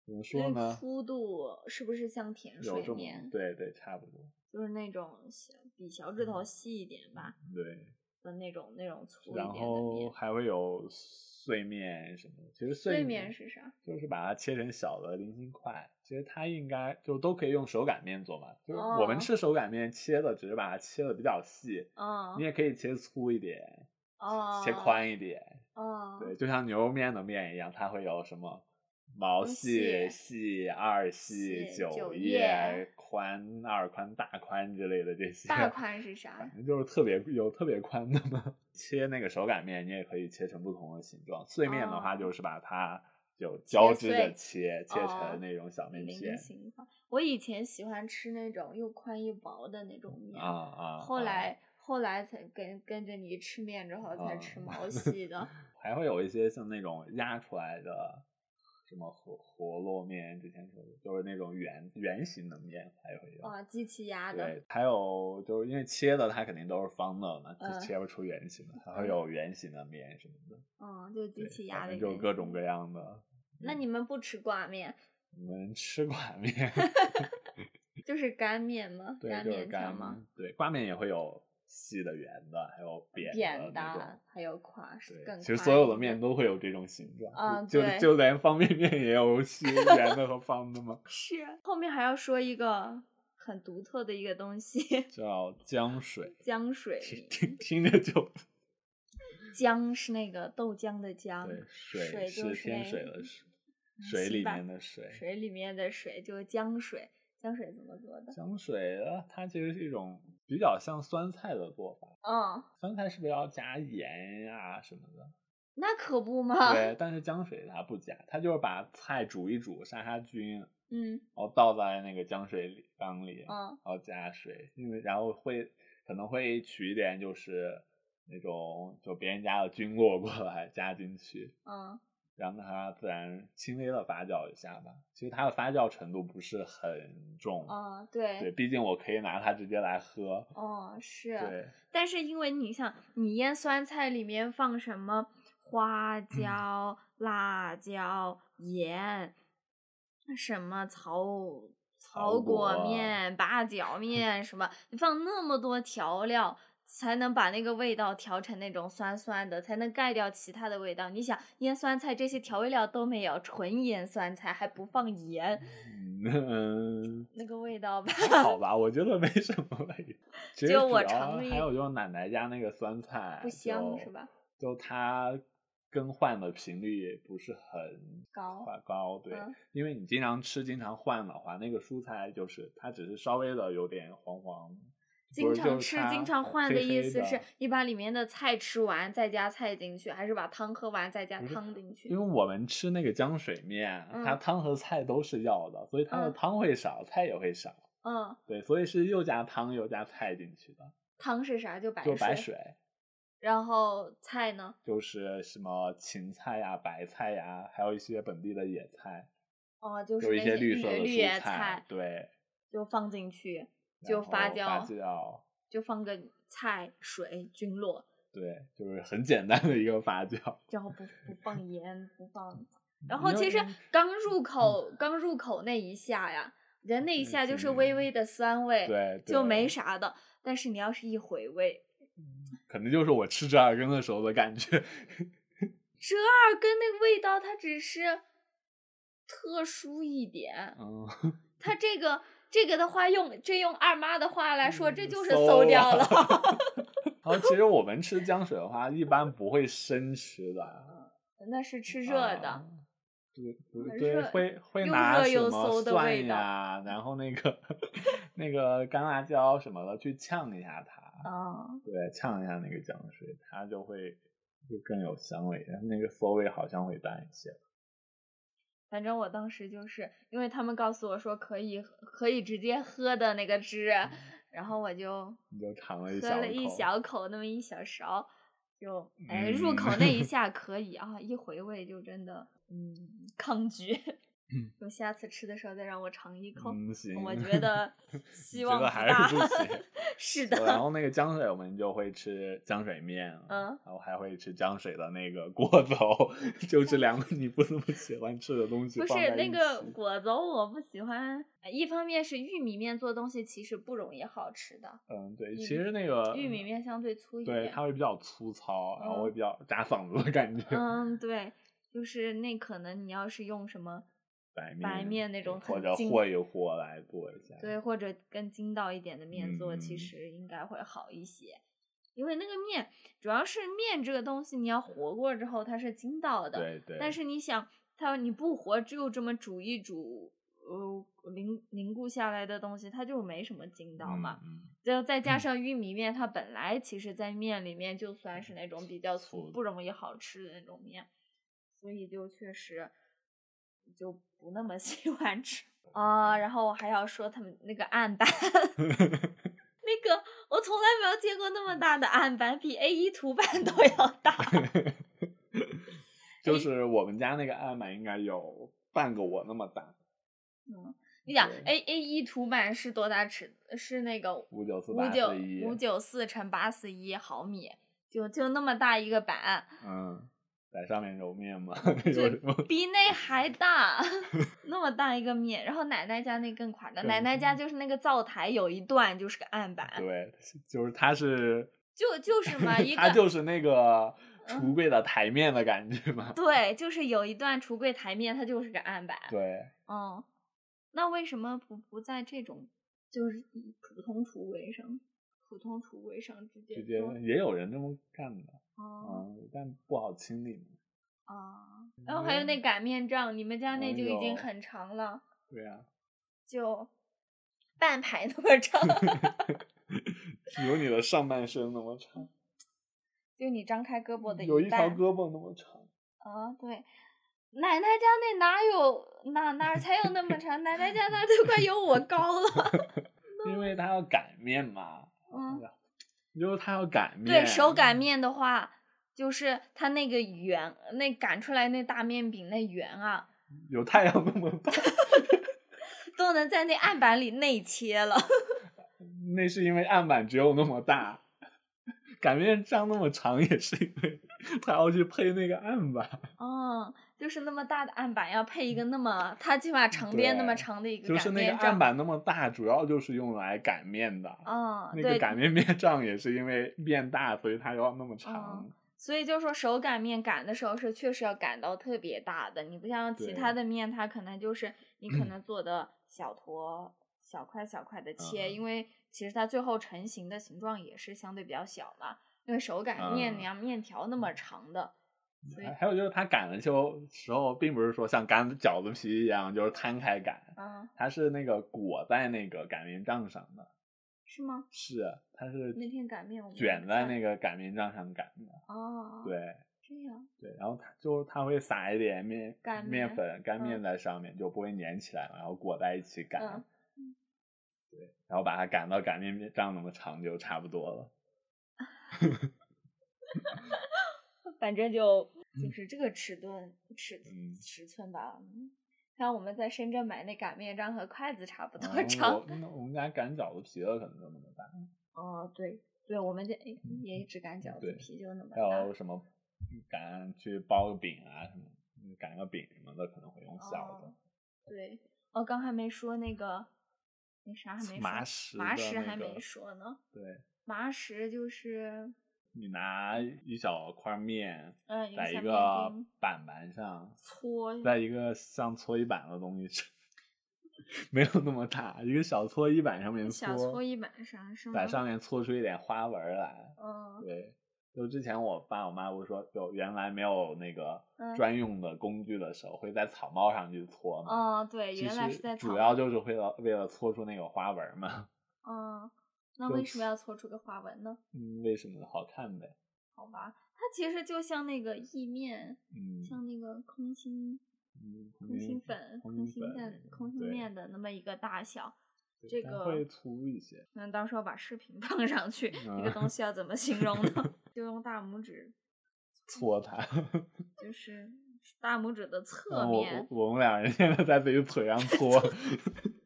Speaker 1: 怎么说
Speaker 2: 那
Speaker 1: 呢？
Speaker 2: 粗度是不是像甜
Speaker 1: 有
Speaker 2: 水
Speaker 1: 这么
Speaker 2: 面？
Speaker 1: 对对，差不多，
Speaker 2: 就是那种小比小指头细一点吧
Speaker 1: 对。
Speaker 2: 的那种那种粗一
Speaker 1: 嗯然
Speaker 2: 点的
Speaker 1: 后
Speaker 2: 面。
Speaker 1: 还会有碎面什么的，其实
Speaker 2: 碎
Speaker 1: 面
Speaker 2: 面是啥？嗯
Speaker 1: 就是把它切成小的零星块。其实它应该就都可以用手擀面做嘛，就是我们
Speaker 2: 哦
Speaker 1: 吃手擀面切的，只是把它切的比较细，
Speaker 2: 嗯
Speaker 1: 你，也可以切粗一点，
Speaker 2: 哦，
Speaker 1: 切宽一点，
Speaker 2: 哦，
Speaker 1: 对，就像牛肉面的面一样，它会有什么毛
Speaker 2: 嗯
Speaker 1: 细、
Speaker 2: 细
Speaker 1: 细、二细、
Speaker 2: 细
Speaker 1: 九
Speaker 2: 九
Speaker 1: 叶
Speaker 2: 叶、
Speaker 1: 宽、二宽、大宽之类的这些。
Speaker 2: 大宽是啥
Speaker 1: 反？正就是特别有特别宽的嘛。 切那个手擀面，你也可以切成不同的形状。碎面的话，
Speaker 2: 哦
Speaker 1: 就是把它就
Speaker 2: 切
Speaker 1: 交织着
Speaker 2: 碎
Speaker 1: 切，切
Speaker 2: 哦
Speaker 1: 成那种小面
Speaker 2: 菱
Speaker 1: 片。
Speaker 2: 形块。我以前喜欢吃那种又宽又薄的那种面，
Speaker 1: 啊啊！
Speaker 2: 后
Speaker 1: 啊
Speaker 2: 来后来才跟跟着你吃面之后才吃
Speaker 1: 嗯
Speaker 2: 毛细的。
Speaker 1: 还会有一些像那种压出来的。什么活活络面，之前说的就是那种圆圆形的面，还会有。
Speaker 2: 哇，机器压的，
Speaker 1: 对，还有就是因为切的它肯定都是方的嘛，就
Speaker 2: 嗯
Speaker 1: 切不出圆形的，还会
Speaker 2: 嗯
Speaker 1: 有圆形的面什么的，
Speaker 2: 嗯，就是机
Speaker 1: 对，
Speaker 2: 器
Speaker 1: 反
Speaker 2: 压的
Speaker 1: 正就
Speaker 2: 原
Speaker 1: 各
Speaker 2: 型
Speaker 1: 种各嗯样的。
Speaker 2: 那你们不吃挂面，
Speaker 1: 我们吃 挂面，
Speaker 2: 就是干面吗？
Speaker 1: 对，
Speaker 2: 干
Speaker 1: 就是
Speaker 2: 面条
Speaker 1: 干
Speaker 2: 吗？，
Speaker 1: 对，挂面也会有细的、圆的，还有扁的
Speaker 2: 扁
Speaker 1: 那种。
Speaker 2: 的，还有垮，
Speaker 1: 对，
Speaker 2: 更
Speaker 1: 其实
Speaker 2: 宽
Speaker 1: 所有
Speaker 2: 一
Speaker 1: 的面
Speaker 2: 点
Speaker 1: 都会有这种形状，
Speaker 2: 啊
Speaker 1: 就
Speaker 2: 对
Speaker 1: 就连方便面也 有细圆的和方的嘛，
Speaker 2: 是。后面还要说一个很独特的一个东西，
Speaker 1: 叫浆水，
Speaker 2: 浆水
Speaker 1: 听
Speaker 2: 面。
Speaker 1: 听听着 就
Speaker 2: 浆是那个豆浆的浆
Speaker 1: 对，，
Speaker 2: 啊水
Speaker 1: 是
Speaker 2: 就是
Speaker 1: 天
Speaker 2: 那
Speaker 1: 水的水，水
Speaker 2: 洗
Speaker 1: 里
Speaker 2: 吧
Speaker 1: 面的水，
Speaker 2: 水里面的水就是浆水。浆水怎么做的？
Speaker 1: 浆水啊，它其实是一种比较像酸菜的做法，
Speaker 2: 嗯，
Speaker 1: 酸菜是不是要加盐啊什么的？
Speaker 2: 那可不嘛。
Speaker 1: 对，但是浆水它不加，它就是把菜煮一煮，杀杀菌，然
Speaker 2: 嗯
Speaker 1: 后倒在那个浆水里缸里，然
Speaker 2: 嗯
Speaker 1: 后加水，因为然后会可能会取一点就是那种就别人家的菌落过来加进去，
Speaker 2: 嗯
Speaker 1: 让它自然轻微的发酵一下吧。其实它的发酵程度不是很重，
Speaker 2: 嗯，
Speaker 1: 对，
Speaker 2: 对，
Speaker 1: 毕竟我可以拿它直接来喝，
Speaker 2: 哦是。
Speaker 1: 对，
Speaker 2: 但是因为你想，你腌酸菜里面放什么花椒、辣椒、盐，什么草
Speaker 1: 草
Speaker 2: 草果嗯
Speaker 1: 果
Speaker 2: 面、八 角面什么，你放那么多调料。才能把那个味道调成那种酸酸的，才能盖掉其他的味道。你想腌酸菜这些调味料都没有，纯腌酸菜还不放盐，
Speaker 1: 嗯。
Speaker 2: 那个味道吧，
Speaker 1: 好吧，我觉得没什么味道。其实
Speaker 2: 就我
Speaker 1: 主要
Speaker 2: 尝了一
Speaker 1: 还有就是奶奶家那个酸菜
Speaker 2: 不香是
Speaker 1: 就？
Speaker 2: 吧？
Speaker 1: 就它更换的频率也不是很
Speaker 2: 高，
Speaker 1: 快高，对，
Speaker 2: 嗯
Speaker 1: 因为你经常吃、经常换的话，那个蔬菜就是它只是稍微的有点黄黄。
Speaker 2: 经
Speaker 1: 不是就
Speaker 2: 常
Speaker 1: 是
Speaker 2: 吃、
Speaker 1: 它
Speaker 2: 经常换
Speaker 1: 黑
Speaker 2: 的意
Speaker 1: 黑
Speaker 2: 思
Speaker 1: 的
Speaker 2: 是，你把里面的菜吃完，再加菜进去，还是把汤喝完再加
Speaker 1: 不是
Speaker 2: 汤进去
Speaker 1: 因为？我们吃那个浆水面，
Speaker 2: 嗯
Speaker 1: 它汤和菜都是要的，所以它的
Speaker 2: 嗯
Speaker 1: 汤会少，菜也会少，
Speaker 2: 嗯，
Speaker 1: 对，所以是又加汤又加菜进去的，
Speaker 2: 汤是啥？就白
Speaker 1: 就
Speaker 2: 水。
Speaker 1: 白水。
Speaker 2: 然后菜呢？
Speaker 1: 就是什么芹菜呀、白菜呀，还有一些本地的野菜，
Speaker 2: 哦，就
Speaker 1: 有
Speaker 2: 是
Speaker 1: 一
Speaker 2: 那些
Speaker 1: 绿色的
Speaker 2: 绿
Speaker 1: 蔬
Speaker 2: 叶
Speaker 1: 菜
Speaker 2: 菜，，
Speaker 1: 对，
Speaker 2: 就放进去，就
Speaker 1: 然后
Speaker 2: 发
Speaker 1: 发
Speaker 2: 酵
Speaker 1: 酵，
Speaker 2: 就放个菜、水、菌落，
Speaker 1: 对，就是很简单的一个发酵。
Speaker 2: 然后不不放盐，不放。然
Speaker 1: 你
Speaker 2: 后
Speaker 1: 要
Speaker 2: 其实
Speaker 1: 嗯
Speaker 2: 刚入口、刚入口那一下呀，我觉得那一
Speaker 1: 嗯
Speaker 2: 下就是
Speaker 1: 挺
Speaker 2: 微微的酸味，
Speaker 1: 对，
Speaker 2: 就没
Speaker 1: 对，
Speaker 2: 啥的。但是你要是一回味，
Speaker 1: 可能就是我吃折耳根的时候的感觉。
Speaker 2: 折耳根那个味道，它只是特殊一点。
Speaker 1: 嗯，
Speaker 2: 它这个这个的话用，这用二妈的话来说，
Speaker 1: 嗯
Speaker 2: 这就是
Speaker 1: 馊
Speaker 2: 馊掉
Speaker 1: 了
Speaker 2: 了。
Speaker 1: 然后其实我们吃浆水的话，一般不会生吃的，
Speaker 2: 那是吃热的，
Speaker 1: 啊对不
Speaker 2: 很
Speaker 1: 对，
Speaker 2: 热
Speaker 1: 会会
Speaker 2: 又
Speaker 1: 拿
Speaker 2: 热
Speaker 1: 什
Speaker 2: 又
Speaker 1: 么
Speaker 2: 馊的
Speaker 1: 蒜
Speaker 2: 味道
Speaker 1: 呀，然后那个那个干辣椒什么的去呛一下它，
Speaker 2: 啊、
Speaker 1: 对，呛一下那个酱水，它就会就更有香味，但是那个馊味好像会淡一些。
Speaker 2: 反正我当时就是因为他们告诉我说可以可以直接喝的那个汁，然后我就
Speaker 1: 你就尝嗯了一
Speaker 2: 喝
Speaker 1: 小
Speaker 2: 了一
Speaker 1: 口
Speaker 2: 小口，那么一小勺，就哎入
Speaker 1: 嗯
Speaker 2: 口那一 下可以啊，一回味就真的嗯抗拒。
Speaker 1: 嗯
Speaker 2: 我下次吃的时候再让我尝一口。
Speaker 1: 嗯，行，
Speaker 2: 我 觉得希望
Speaker 1: 觉得
Speaker 2: 不
Speaker 1: 还
Speaker 2: 大
Speaker 1: 是不行。
Speaker 2: 是
Speaker 1: 对然
Speaker 2: 的，
Speaker 1: 后那个浆水，我们就会吃浆水面，啊
Speaker 2: 嗯
Speaker 1: 然后还会吃浆水的那个 锅头，就是两个你不那么喜欢吃的东西
Speaker 2: 不
Speaker 1: 放在
Speaker 2: 是
Speaker 1: 一
Speaker 2: 那个
Speaker 1: 起
Speaker 2: 果子，我不喜欢。呃一方面是玉米面做东西其实不容易好吃的，
Speaker 1: 嗯，对，
Speaker 2: 玉
Speaker 1: 其
Speaker 2: 米
Speaker 1: 实那个
Speaker 2: 玉米面相对粗一
Speaker 1: 嗯对，
Speaker 2: 点
Speaker 1: 它。会比较粗糙，然后会
Speaker 2: 嗯
Speaker 1: 比较扎嗓子的感觉。
Speaker 2: 嗯，对，就是那可能你要是用什么，
Speaker 1: 白面
Speaker 2: 白面那
Speaker 1: 对
Speaker 2: 种
Speaker 1: 或
Speaker 2: 很
Speaker 1: 者
Speaker 2: 精
Speaker 1: 和一和来做一下。
Speaker 2: 对，或者更筋道一点的面做，
Speaker 1: 嗯
Speaker 2: 其实应该会好一些。因为那个面主要是面这个东西，你要和过之后它是筋道的，
Speaker 1: 对对，
Speaker 2: 但是你想，它你不和就这么煮一煮，呃，凝凝固下来的东西，它就没什么筋道
Speaker 1: 嗯
Speaker 2: 嘛。
Speaker 1: 嗯
Speaker 2: 就再加上玉米面，它本来其实在面里面就算是那种比较
Speaker 1: 粗
Speaker 2: 粗、
Speaker 1: 的
Speaker 2: 不容易好吃的那种面，所以就确实就不那么 喜欢吃啊、然后我还要说他们那个案 板，那个我从来没有见过那么大的案板，比 A 一图板都
Speaker 1: 嗯
Speaker 2: 要大。 哎
Speaker 1: 就是我们家那个案板应该有半个我那么大，
Speaker 2: 你想
Speaker 1: 对
Speaker 2: A A 一图板是多大尺？呃是那个
Speaker 1: 五九四
Speaker 2: 五
Speaker 1: 八
Speaker 2: 九
Speaker 1: 四一，
Speaker 2: 五九四乘八四一毫米，就就那么大一个板，
Speaker 1: 嗯，在上面揉面嘛， 有
Speaker 2: 对
Speaker 1: 什么？
Speaker 2: 比那还大， 那么大一个面。然后奶奶家那更夸张，
Speaker 1: 更
Speaker 2: 奶奶家就是那个灶台有一段就是个案板，
Speaker 1: 对，就是它是
Speaker 2: 就就是 嘛一
Speaker 1: 它
Speaker 2: 个。嗯
Speaker 1: 就是那个橱柜的台面的感觉嘛。
Speaker 2: 对，就是有一段橱柜台面，它就是个案板。
Speaker 1: 对，
Speaker 2: 嗯，那为什么不不在这种就是以普通橱柜上，普通橱柜上直接
Speaker 1: 直接
Speaker 2: 做
Speaker 1: 也有人这么干的，
Speaker 2: 哦
Speaker 1: 嗯，但不好清理嘛。
Speaker 2: 啊，然后还有
Speaker 1: 嗯
Speaker 2: 那擀面杖，你们家那
Speaker 1: 我
Speaker 2: 就已经
Speaker 1: 哦有
Speaker 2: 很长了，
Speaker 1: 对啊，
Speaker 2: 就半排那么 长，
Speaker 1: 有你的上半身那么 长，
Speaker 2: 就你张开胳膊的
Speaker 1: 有一条
Speaker 2: 半
Speaker 1: 胳膊那么长。
Speaker 2: 啊，对。奶奶家那哪有哪哪才有那么长？奶奶家那都快有我高 了。
Speaker 1: 因为它要擀面嘛，
Speaker 2: 嗯，
Speaker 1: 就是它要擀面，嗯
Speaker 2: 对手擀面的话，就是它那个圆，那擀出来那大面饼那圆啊，
Speaker 1: 有太阳那么大，
Speaker 2: 都能在那案板里内切了。
Speaker 1: 那是因为案板只有那么大，擀面杖那么长也是因为它要去配那个案板，
Speaker 2: 哦，就是那么大的案板要配一个那么，它起码长边那么
Speaker 1: 对
Speaker 2: 长的一个
Speaker 1: 就是
Speaker 2: 擀
Speaker 1: 那个
Speaker 2: 面
Speaker 1: 案
Speaker 2: 杖。
Speaker 1: 板那么大，主要就是用来擀面的。
Speaker 2: 嗯，
Speaker 1: 那个
Speaker 2: 对，
Speaker 1: 擀面面杖也是因为面大，所以它要那么长。
Speaker 2: 所以就说手擀面擀的时候是确实要擀到特别大的，你不像其他
Speaker 1: 对
Speaker 2: 的面，它可 能就是你可能做的小坨、小块小块的切，
Speaker 1: 嗯
Speaker 2: 因为其实它最后成型的形状也是相对比较小嘛。因为手擀面，
Speaker 1: 嗯
Speaker 2: 你像面条那么长的，所以
Speaker 1: 还还有就是它擀的时候，时候并不是说像擀饺子皮一样，就是摊开擀，
Speaker 2: 嗯，
Speaker 1: 它是那个裹在那个擀面杖上的，
Speaker 2: 是吗？
Speaker 1: 是啊它是
Speaker 2: 那天擀面我们
Speaker 1: 卷
Speaker 2: 不
Speaker 1: 在
Speaker 2: 在
Speaker 1: 那个擀面杖上擀的，
Speaker 2: 哦，，
Speaker 1: 对。
Speaker 2: 这样，
Speaker 1: 对，然后它就是它会撒一点面
Speaker 2: 擀
Speaker 1: 面
Speaker 2: 面
Speaker 1: 粉干面
Speaker 2: 嗯
Speaker 1: 在上面，就不会粘起来嘛，然后裹在一起擀，
Speaker 2: 嗯
Speaker 1: 然后把它擀到擀面面杖那么长就差不多了。
Speaker 2: 反正就
Speaker 1: 嗯
Speaker 2: 就是这个尺寸尺
Speaker 1: 嗯
Speaker 2: 尺寸吧。嗯像我们在深圳买那擀面杖和筷子差不 多
Speaker 1: 然 后嗯
Speaker 2: 长
Speaker 1: 我，那我们家擀饺子皮的可能就那么大，
Speaker 2: 哦，对对，我们家也也只擀饺
Speaker 1: 嗯
Speaker 2: 子
Speaker 1: 对
Speaker 2: 皮就那么
Speaker 1: 还
Speaker 2: 大
Speaker 1: 有。什么擀去包个饼啊什么，嗯擀个饼什么的可能会用小的
Speaker 2: 哦。对，哦，刚还没说那个那啥还没说，
Speaker 1: 麻食
Speaker 2: 麻
Speaker 1: 的
Speaker 2: 食
Speaker 1: 那
Speaker 2: 还
Speaker 1: 个
Speaker 2: 没说呢。
Speaker 1: 对
Speaker 2: 麻食就是
Speaker 1: 你拿一小块面
Speaker 2: 嗯，
Speaker 1: 在一
Speaker 2: 下面
Speaker 1: 个
Speaker 2: 钉
Speaker 1: 板板上，
Speaker 2: 搓
Speaker 1: 在一个像搓衣板的东西上， 没有那么大，一个小搓衣板上面
Speaker 2: 小
Speaker 1: 搓
Speaker 2: 搓衣板上是吗
Speaker 1: 在？上面搓出一点花纹儿来。
Speaker 2: 嗯
Speaker 1: 对，就之前我爸我妈不是说，就原来没有那个
Speaker 2: 嗯
Speaker 1: 专用的工具的时候，会在草帽上去搓嘛。
Speaker 2: 哦，对，
Speaker 1: 其
Speaker 2: 原来
Speaker 1: 实
Speaker 2: 是在
Speaker 1: 主
Speaker 2: 草
Speaker 1: 要就是为了为了搓出那个花纹儿嘛。
Speaker 2: 嗯，那
Speaker 1: 就
Speaker 2: 为什么要搓出个花纹呢？
Speaker 1: 嗯，为什么好看呗？
Speaker 2: 好吧，它其实就像那个意面，
Speaker 1: 嗯，
Speaker 2: 像那个空心
Speaker 1: 嗯
Speaker 2: 空心粉、
Speaker 1: 空
Speaker 2: 空
Speaker 1: 心
Speaker 2: 心
Speaker 1: 粉
Speaker 2: 蛋
Speaker 1: 那、个
Speaker 2: 空心
Speaker 1: 对
Speaker 2: 面的那么一个大小。
Speaker 1: 对
Speaker 2: 这
Speaker 1: 但
Speaker 2: 个
Speaker 1: 会粗一些。
Speaker 2: 那到时候把视频 放上去，这个
Speaker 1: 嗯
Speaker 2: 东 西要怎么形容呢？就用大拇指，
Speaker 1: 搓它，
Speaker 2: 就是大拇指的侧
Speaker 1: 嗯我
Speaker 2: 面。
Speaker 1: 我我们俩人现在在自己腿上 搓，我觉
Speaker 2: 为什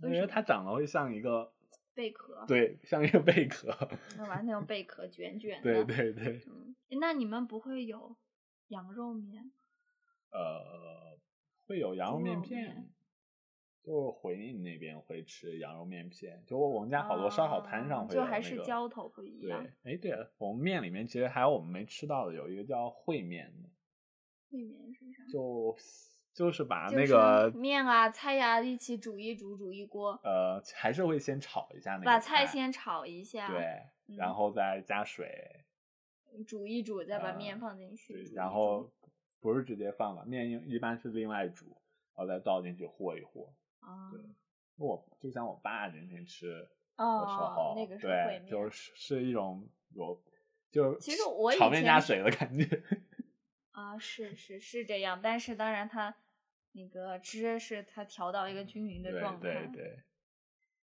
Speaker 1: 得
Speaker 2: 么
Speaker 1: 它长得会像一个，
Speaker 2: 贝壳，
Speaker 1: 对，像一个贝 壳，
Speaker 2: 那完全贝壳卷卷
Speaker 1: 对
Speaker 2: 的。
Speaker 1: 对对，
Speaker 2: 嗯，诶那你们不会有羊肉面？
Speaker 1: 呃，会有羊肉
Speaker 2: 猪
Speaker 1: 面
Speaker 2: 肉
Speaker 1: 片
Speaker 2: 面，
Speaker 1: 就回宁那边会吃羊肉面片，就我们家好多烧烤摊上
Speaker 2: 啊
Speaker 1: 会有
Speaker 2: 就
Speaker 1: 那个，
Speaker 2: 还是浇头不一
Speaker 1: 对
Speaker 2: 样。，
Speaker 1: 哎对了，我们面里面其实还有我们没吃到的，有一个叫烩面的，
Speaker 2: 里面是啥？
Speaker 1: 就就是把
Speaker 2: 就
Speaker 1: 啊那
Speaker 2: 是
Speaker 1: 个
Speaker 2: 面啊、菜呀、一起煮一煮，煮一锅，
Speaker 1: 呃，还是会先炒一下那个
Speaker 2: 把
Speaker 1: 菜
Speaker 2: 菜先炒一下，
Speaker 1: 对，然
Speaker 2: 嗯
Speaker 1: 后再加水，
Speaker 2: 煮一煮，再
Speaker 1: 啊
Speaker 2: 把面放进去，煮一
Speaker 1: 然
Speaker 2: 煮
Speaker 1: 后不是直接放吧，面一一般是另外煮，然后再倒进去和一和。
Speaker 2: 啊，
Speaker 1: 我就像我爸天天吃的时
Speaker 2: 哦
Speaker 1: 候，，
Speaker 2: 那个是烩
Speaker 1: 对
Speaker 2: 面，，
Speaker 1: 就是是一种有就是
Speaker 2: 其实我以
Speaker 1: 炒面
Speaker 2: 前
Speaker 1: 加
Speaker 2: 是
Speaker 1: 水的感觉，
Speaker 2: 啊，是是是这样，但是当然它那个汁是它调到一个均匀的
Speaker 1: 对
Speaker 2: 状态。
Speaker 1: 对对，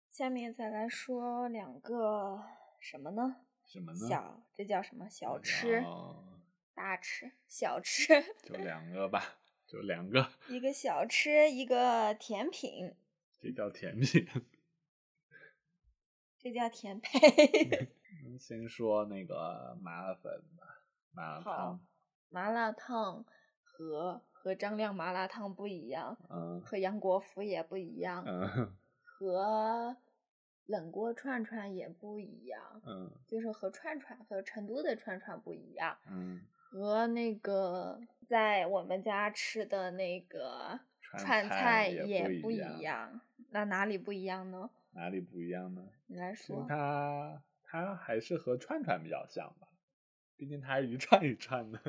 Speaker 2: 下面再来说两个什么呢？
Speaker 1: 什么呢？
Speaker 2: 小这叫什么？小
Speaker 1: 嗯
Speaker 2: 吃、
Speaker 1: 哦
Speaker 2: 大吃、小吃，
Speaker 1: 就两个吧，就两个，
Speaker 2: 一个小吃，一个甜品，
Speaker 1: 这叫甜品。
Speaker 2: 这叫甜 配。
Speaker 1: 嗯先说那个麻辣粉吧，麻辣
Speaker 2: 好
Speaker 1: 烫，
Speaker 2: 麻辣烫和和张亮麻辣烫不一样，
Speaker 1: 嗯
Speaker 2: 和杨国福也不一样，
Speaker 1: 嗯
Speaker 2: 和冷锅串串也不一样，
Speaker 1: 嗯
Speaker 2: 就是和串串和成都的串串不一样，
Speaker 1: 嗯，
Speaker 2: 和那个在我们家吃的那个
Speaker 1: 川
Speaker 2: 川
Speaker 1: 菜
Speaker 2: 菜
Speaker 1: 也
Speaker 2: 也
Speaker 1: 不
Speaker 2: 不
Speaker 1: 一
Speaker 2: 一
Speaker 1: 样
Speaker 2: 样。那哪里不一样呢？
Speaker 1: 哪里不一样呢？
Speaker 2: 你来
Speaker 1: 其实
Speaker 2: 说。
Speaker 1: 它它还是和串串比较像吧，毕竟它是一串一串的，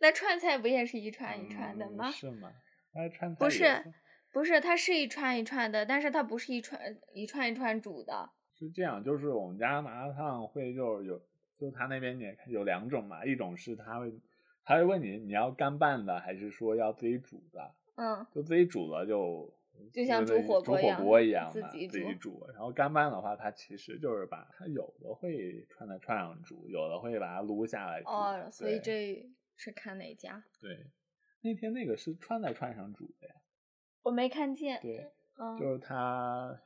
Speaker 2: 那串菜不也是一 串一串的
Speaker 1: 嗯
Speaker 2: 吗？
Speaker 1: 是吗？它川菜
Speaker 2: 不
Speaker 1: 也
Speaker 2: 是，不是，它是一串一串的，但是它不是一串一串一串煮的。
Speaker 1: 是这样，就是我们家麻辣烫会就是有，就他那边也有两种嘛，一种是他会他会问你你要干拌的还是说要自己煮的，
Speaker 2: 嗯，
Speaker 1: 就自己煮了就
Speaker 2: 就像
Speaker 1: 是
Speaker 2: 煮火
Speaker 1: 煮
Speaker 2: 锅一
Speaker 1: 火
Speaker 2: 样
Speaker 1: 锅一样
Speaker 2: 自
Speaker 1: 嘛，
Speaker 2: 己
Speaker 1: 自己
Speaker 2: 煮
Speaker 1: 煮。然后干拌的话，它其实就是把它有的会串在串上煮，有的会把它撸下来煮。
Speaker 2: 哦，所以
Speaker 1: 对
Speaker 2: 这是看哪家？
Speaker 1: 对，那天那个是串在串上煮的呀。
Speaker 2: 我没看见。
Speaker 1: 对，
Speaker 2: 嗯，
Speaker 1: 就是他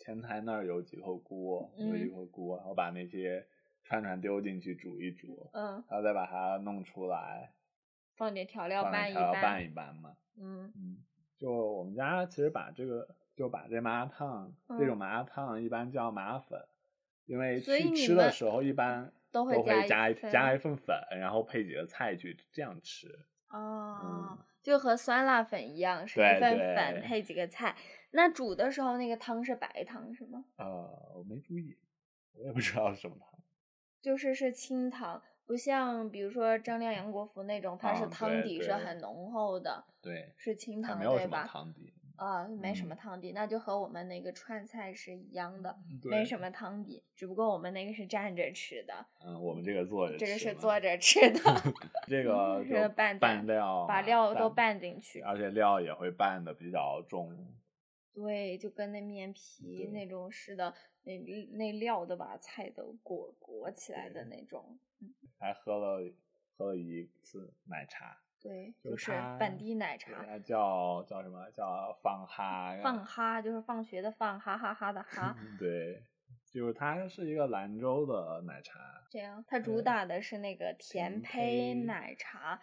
Speaker 1: 前台那儿有几口锅，有几
Speaker 2: 嗯
Speaker 1: 口锅，然后把那些串串丢进去煮一煮，
Speaker 2: 嗯，
Speaker 1: 然后再把它弄出来，
Speaker 2: 放点调料
Speaker 1: 放
Speaker 2: 拌
Speaker 1: 点
Speaker 2: 一
Speaker 1: 调料
Speaker 2: 拌。
Speaker 1: 拌一拌嘛。
Speaker 2: 嗯
Speaker 1: 嗯，就我们家其实把这个就把这麻辣烫、这
Speaker 2: 嗯
Speaker 1: 种麻辣烫一般叫麻辣粉，因为
Speaker 2: 所以
Speaker 1: 去
Speaker 2: 你
Speaker 1: 吃的
Speaker 2: 们
Speaker 1: 时候一般
Speaker 2: 都会加一
Speaker 1: 加一
Speaker 2: 份
Speaker 1: 加一份粉，然后配几个菜去这样吃。
Speaker 2: 哦
Speaker 1: 嗯，
Speaker 2: 就和酸辣粉一样，是
Speaker 1: 对
Speaker 2: 一份
Speaker 1: 对
Speaker 2: 粉配几个菜。那煮的时候那个汤是白汤是吗？
Speaker 1: 呃，我没注意，我也不知道是什么汤。
Speaker 2: 就是是清汤，不像比如说张亮、杨国福那种，它是
Speaker 1: 啊
Speaker 2: 汤
Speaker 1: 对
Speaker 2: 底是
Speaker 1: 对
Speaker 2: 很浓厚的，
Speaker 1: 对，
Speaker 2: 是清
Speaker 1: 它
Speaker 2: 汤
Speaker 1: 没有
Speaker 2: 对
Speaker 1: 什么
Speaker 2: 吧？
Speaker 1: 汤底。
Speaker 2: 啊，没什么
Speaker 1: 嗯
Speaker 2: 汤底，那就和我们那个川菜是一样的，
Speaker 1: 对
Speaker 2: 没什么汤底，只不过我们那个是蘸着吃的，
Speaker 1: 嗯，我们这个坐着
Speaker 2: 这个
Speaker 1: 吃
Speaker 2: 是
Speaker 1: 嘛
Speaker 2: 坐着吃的，
Speaker 1: 这个
Speaker 2: 嗯
Speaker 1: 就是
Speaker 2: 拌
Speaker 1: 拌
Speaker 2: 在
Speaker 1: 料嘛，
Speaker 2: 把料都拌进去，
Speaker 1: 而且料也会拌的比较重。
Speaker 2: 对，就跟那面皮
Speaker 1: 对
Speaker 2: 那种似的，那那料都把菜都裹裹起来的
Speaker 1: 对
Speaker 2: 那种，
Speaker 1: 还喝了喝了一次奶茶，
Speaker 2: 对，
Speaker 1: 就
Speaker 2: 就是是
Speaker 1: 它
Speaker 2: 本地奶
Speaker 1: 对啊
Speaker 2: 茶，
Speaker 1: 它呃叫叫什么叫放哈，
Speaker 2: 放哈就是放学的放，哈哈哈的哈
Speaker 1: 对，就是它是一个兰州的奶茶，
Speaker 2: 这样，它主
Speaker 1: 对
Speaker 2: 打的是那个
Speaker 1: 甜
Speaker 2: 甜胚
Speaker 1: 胚
Speaker 2: 奶茶，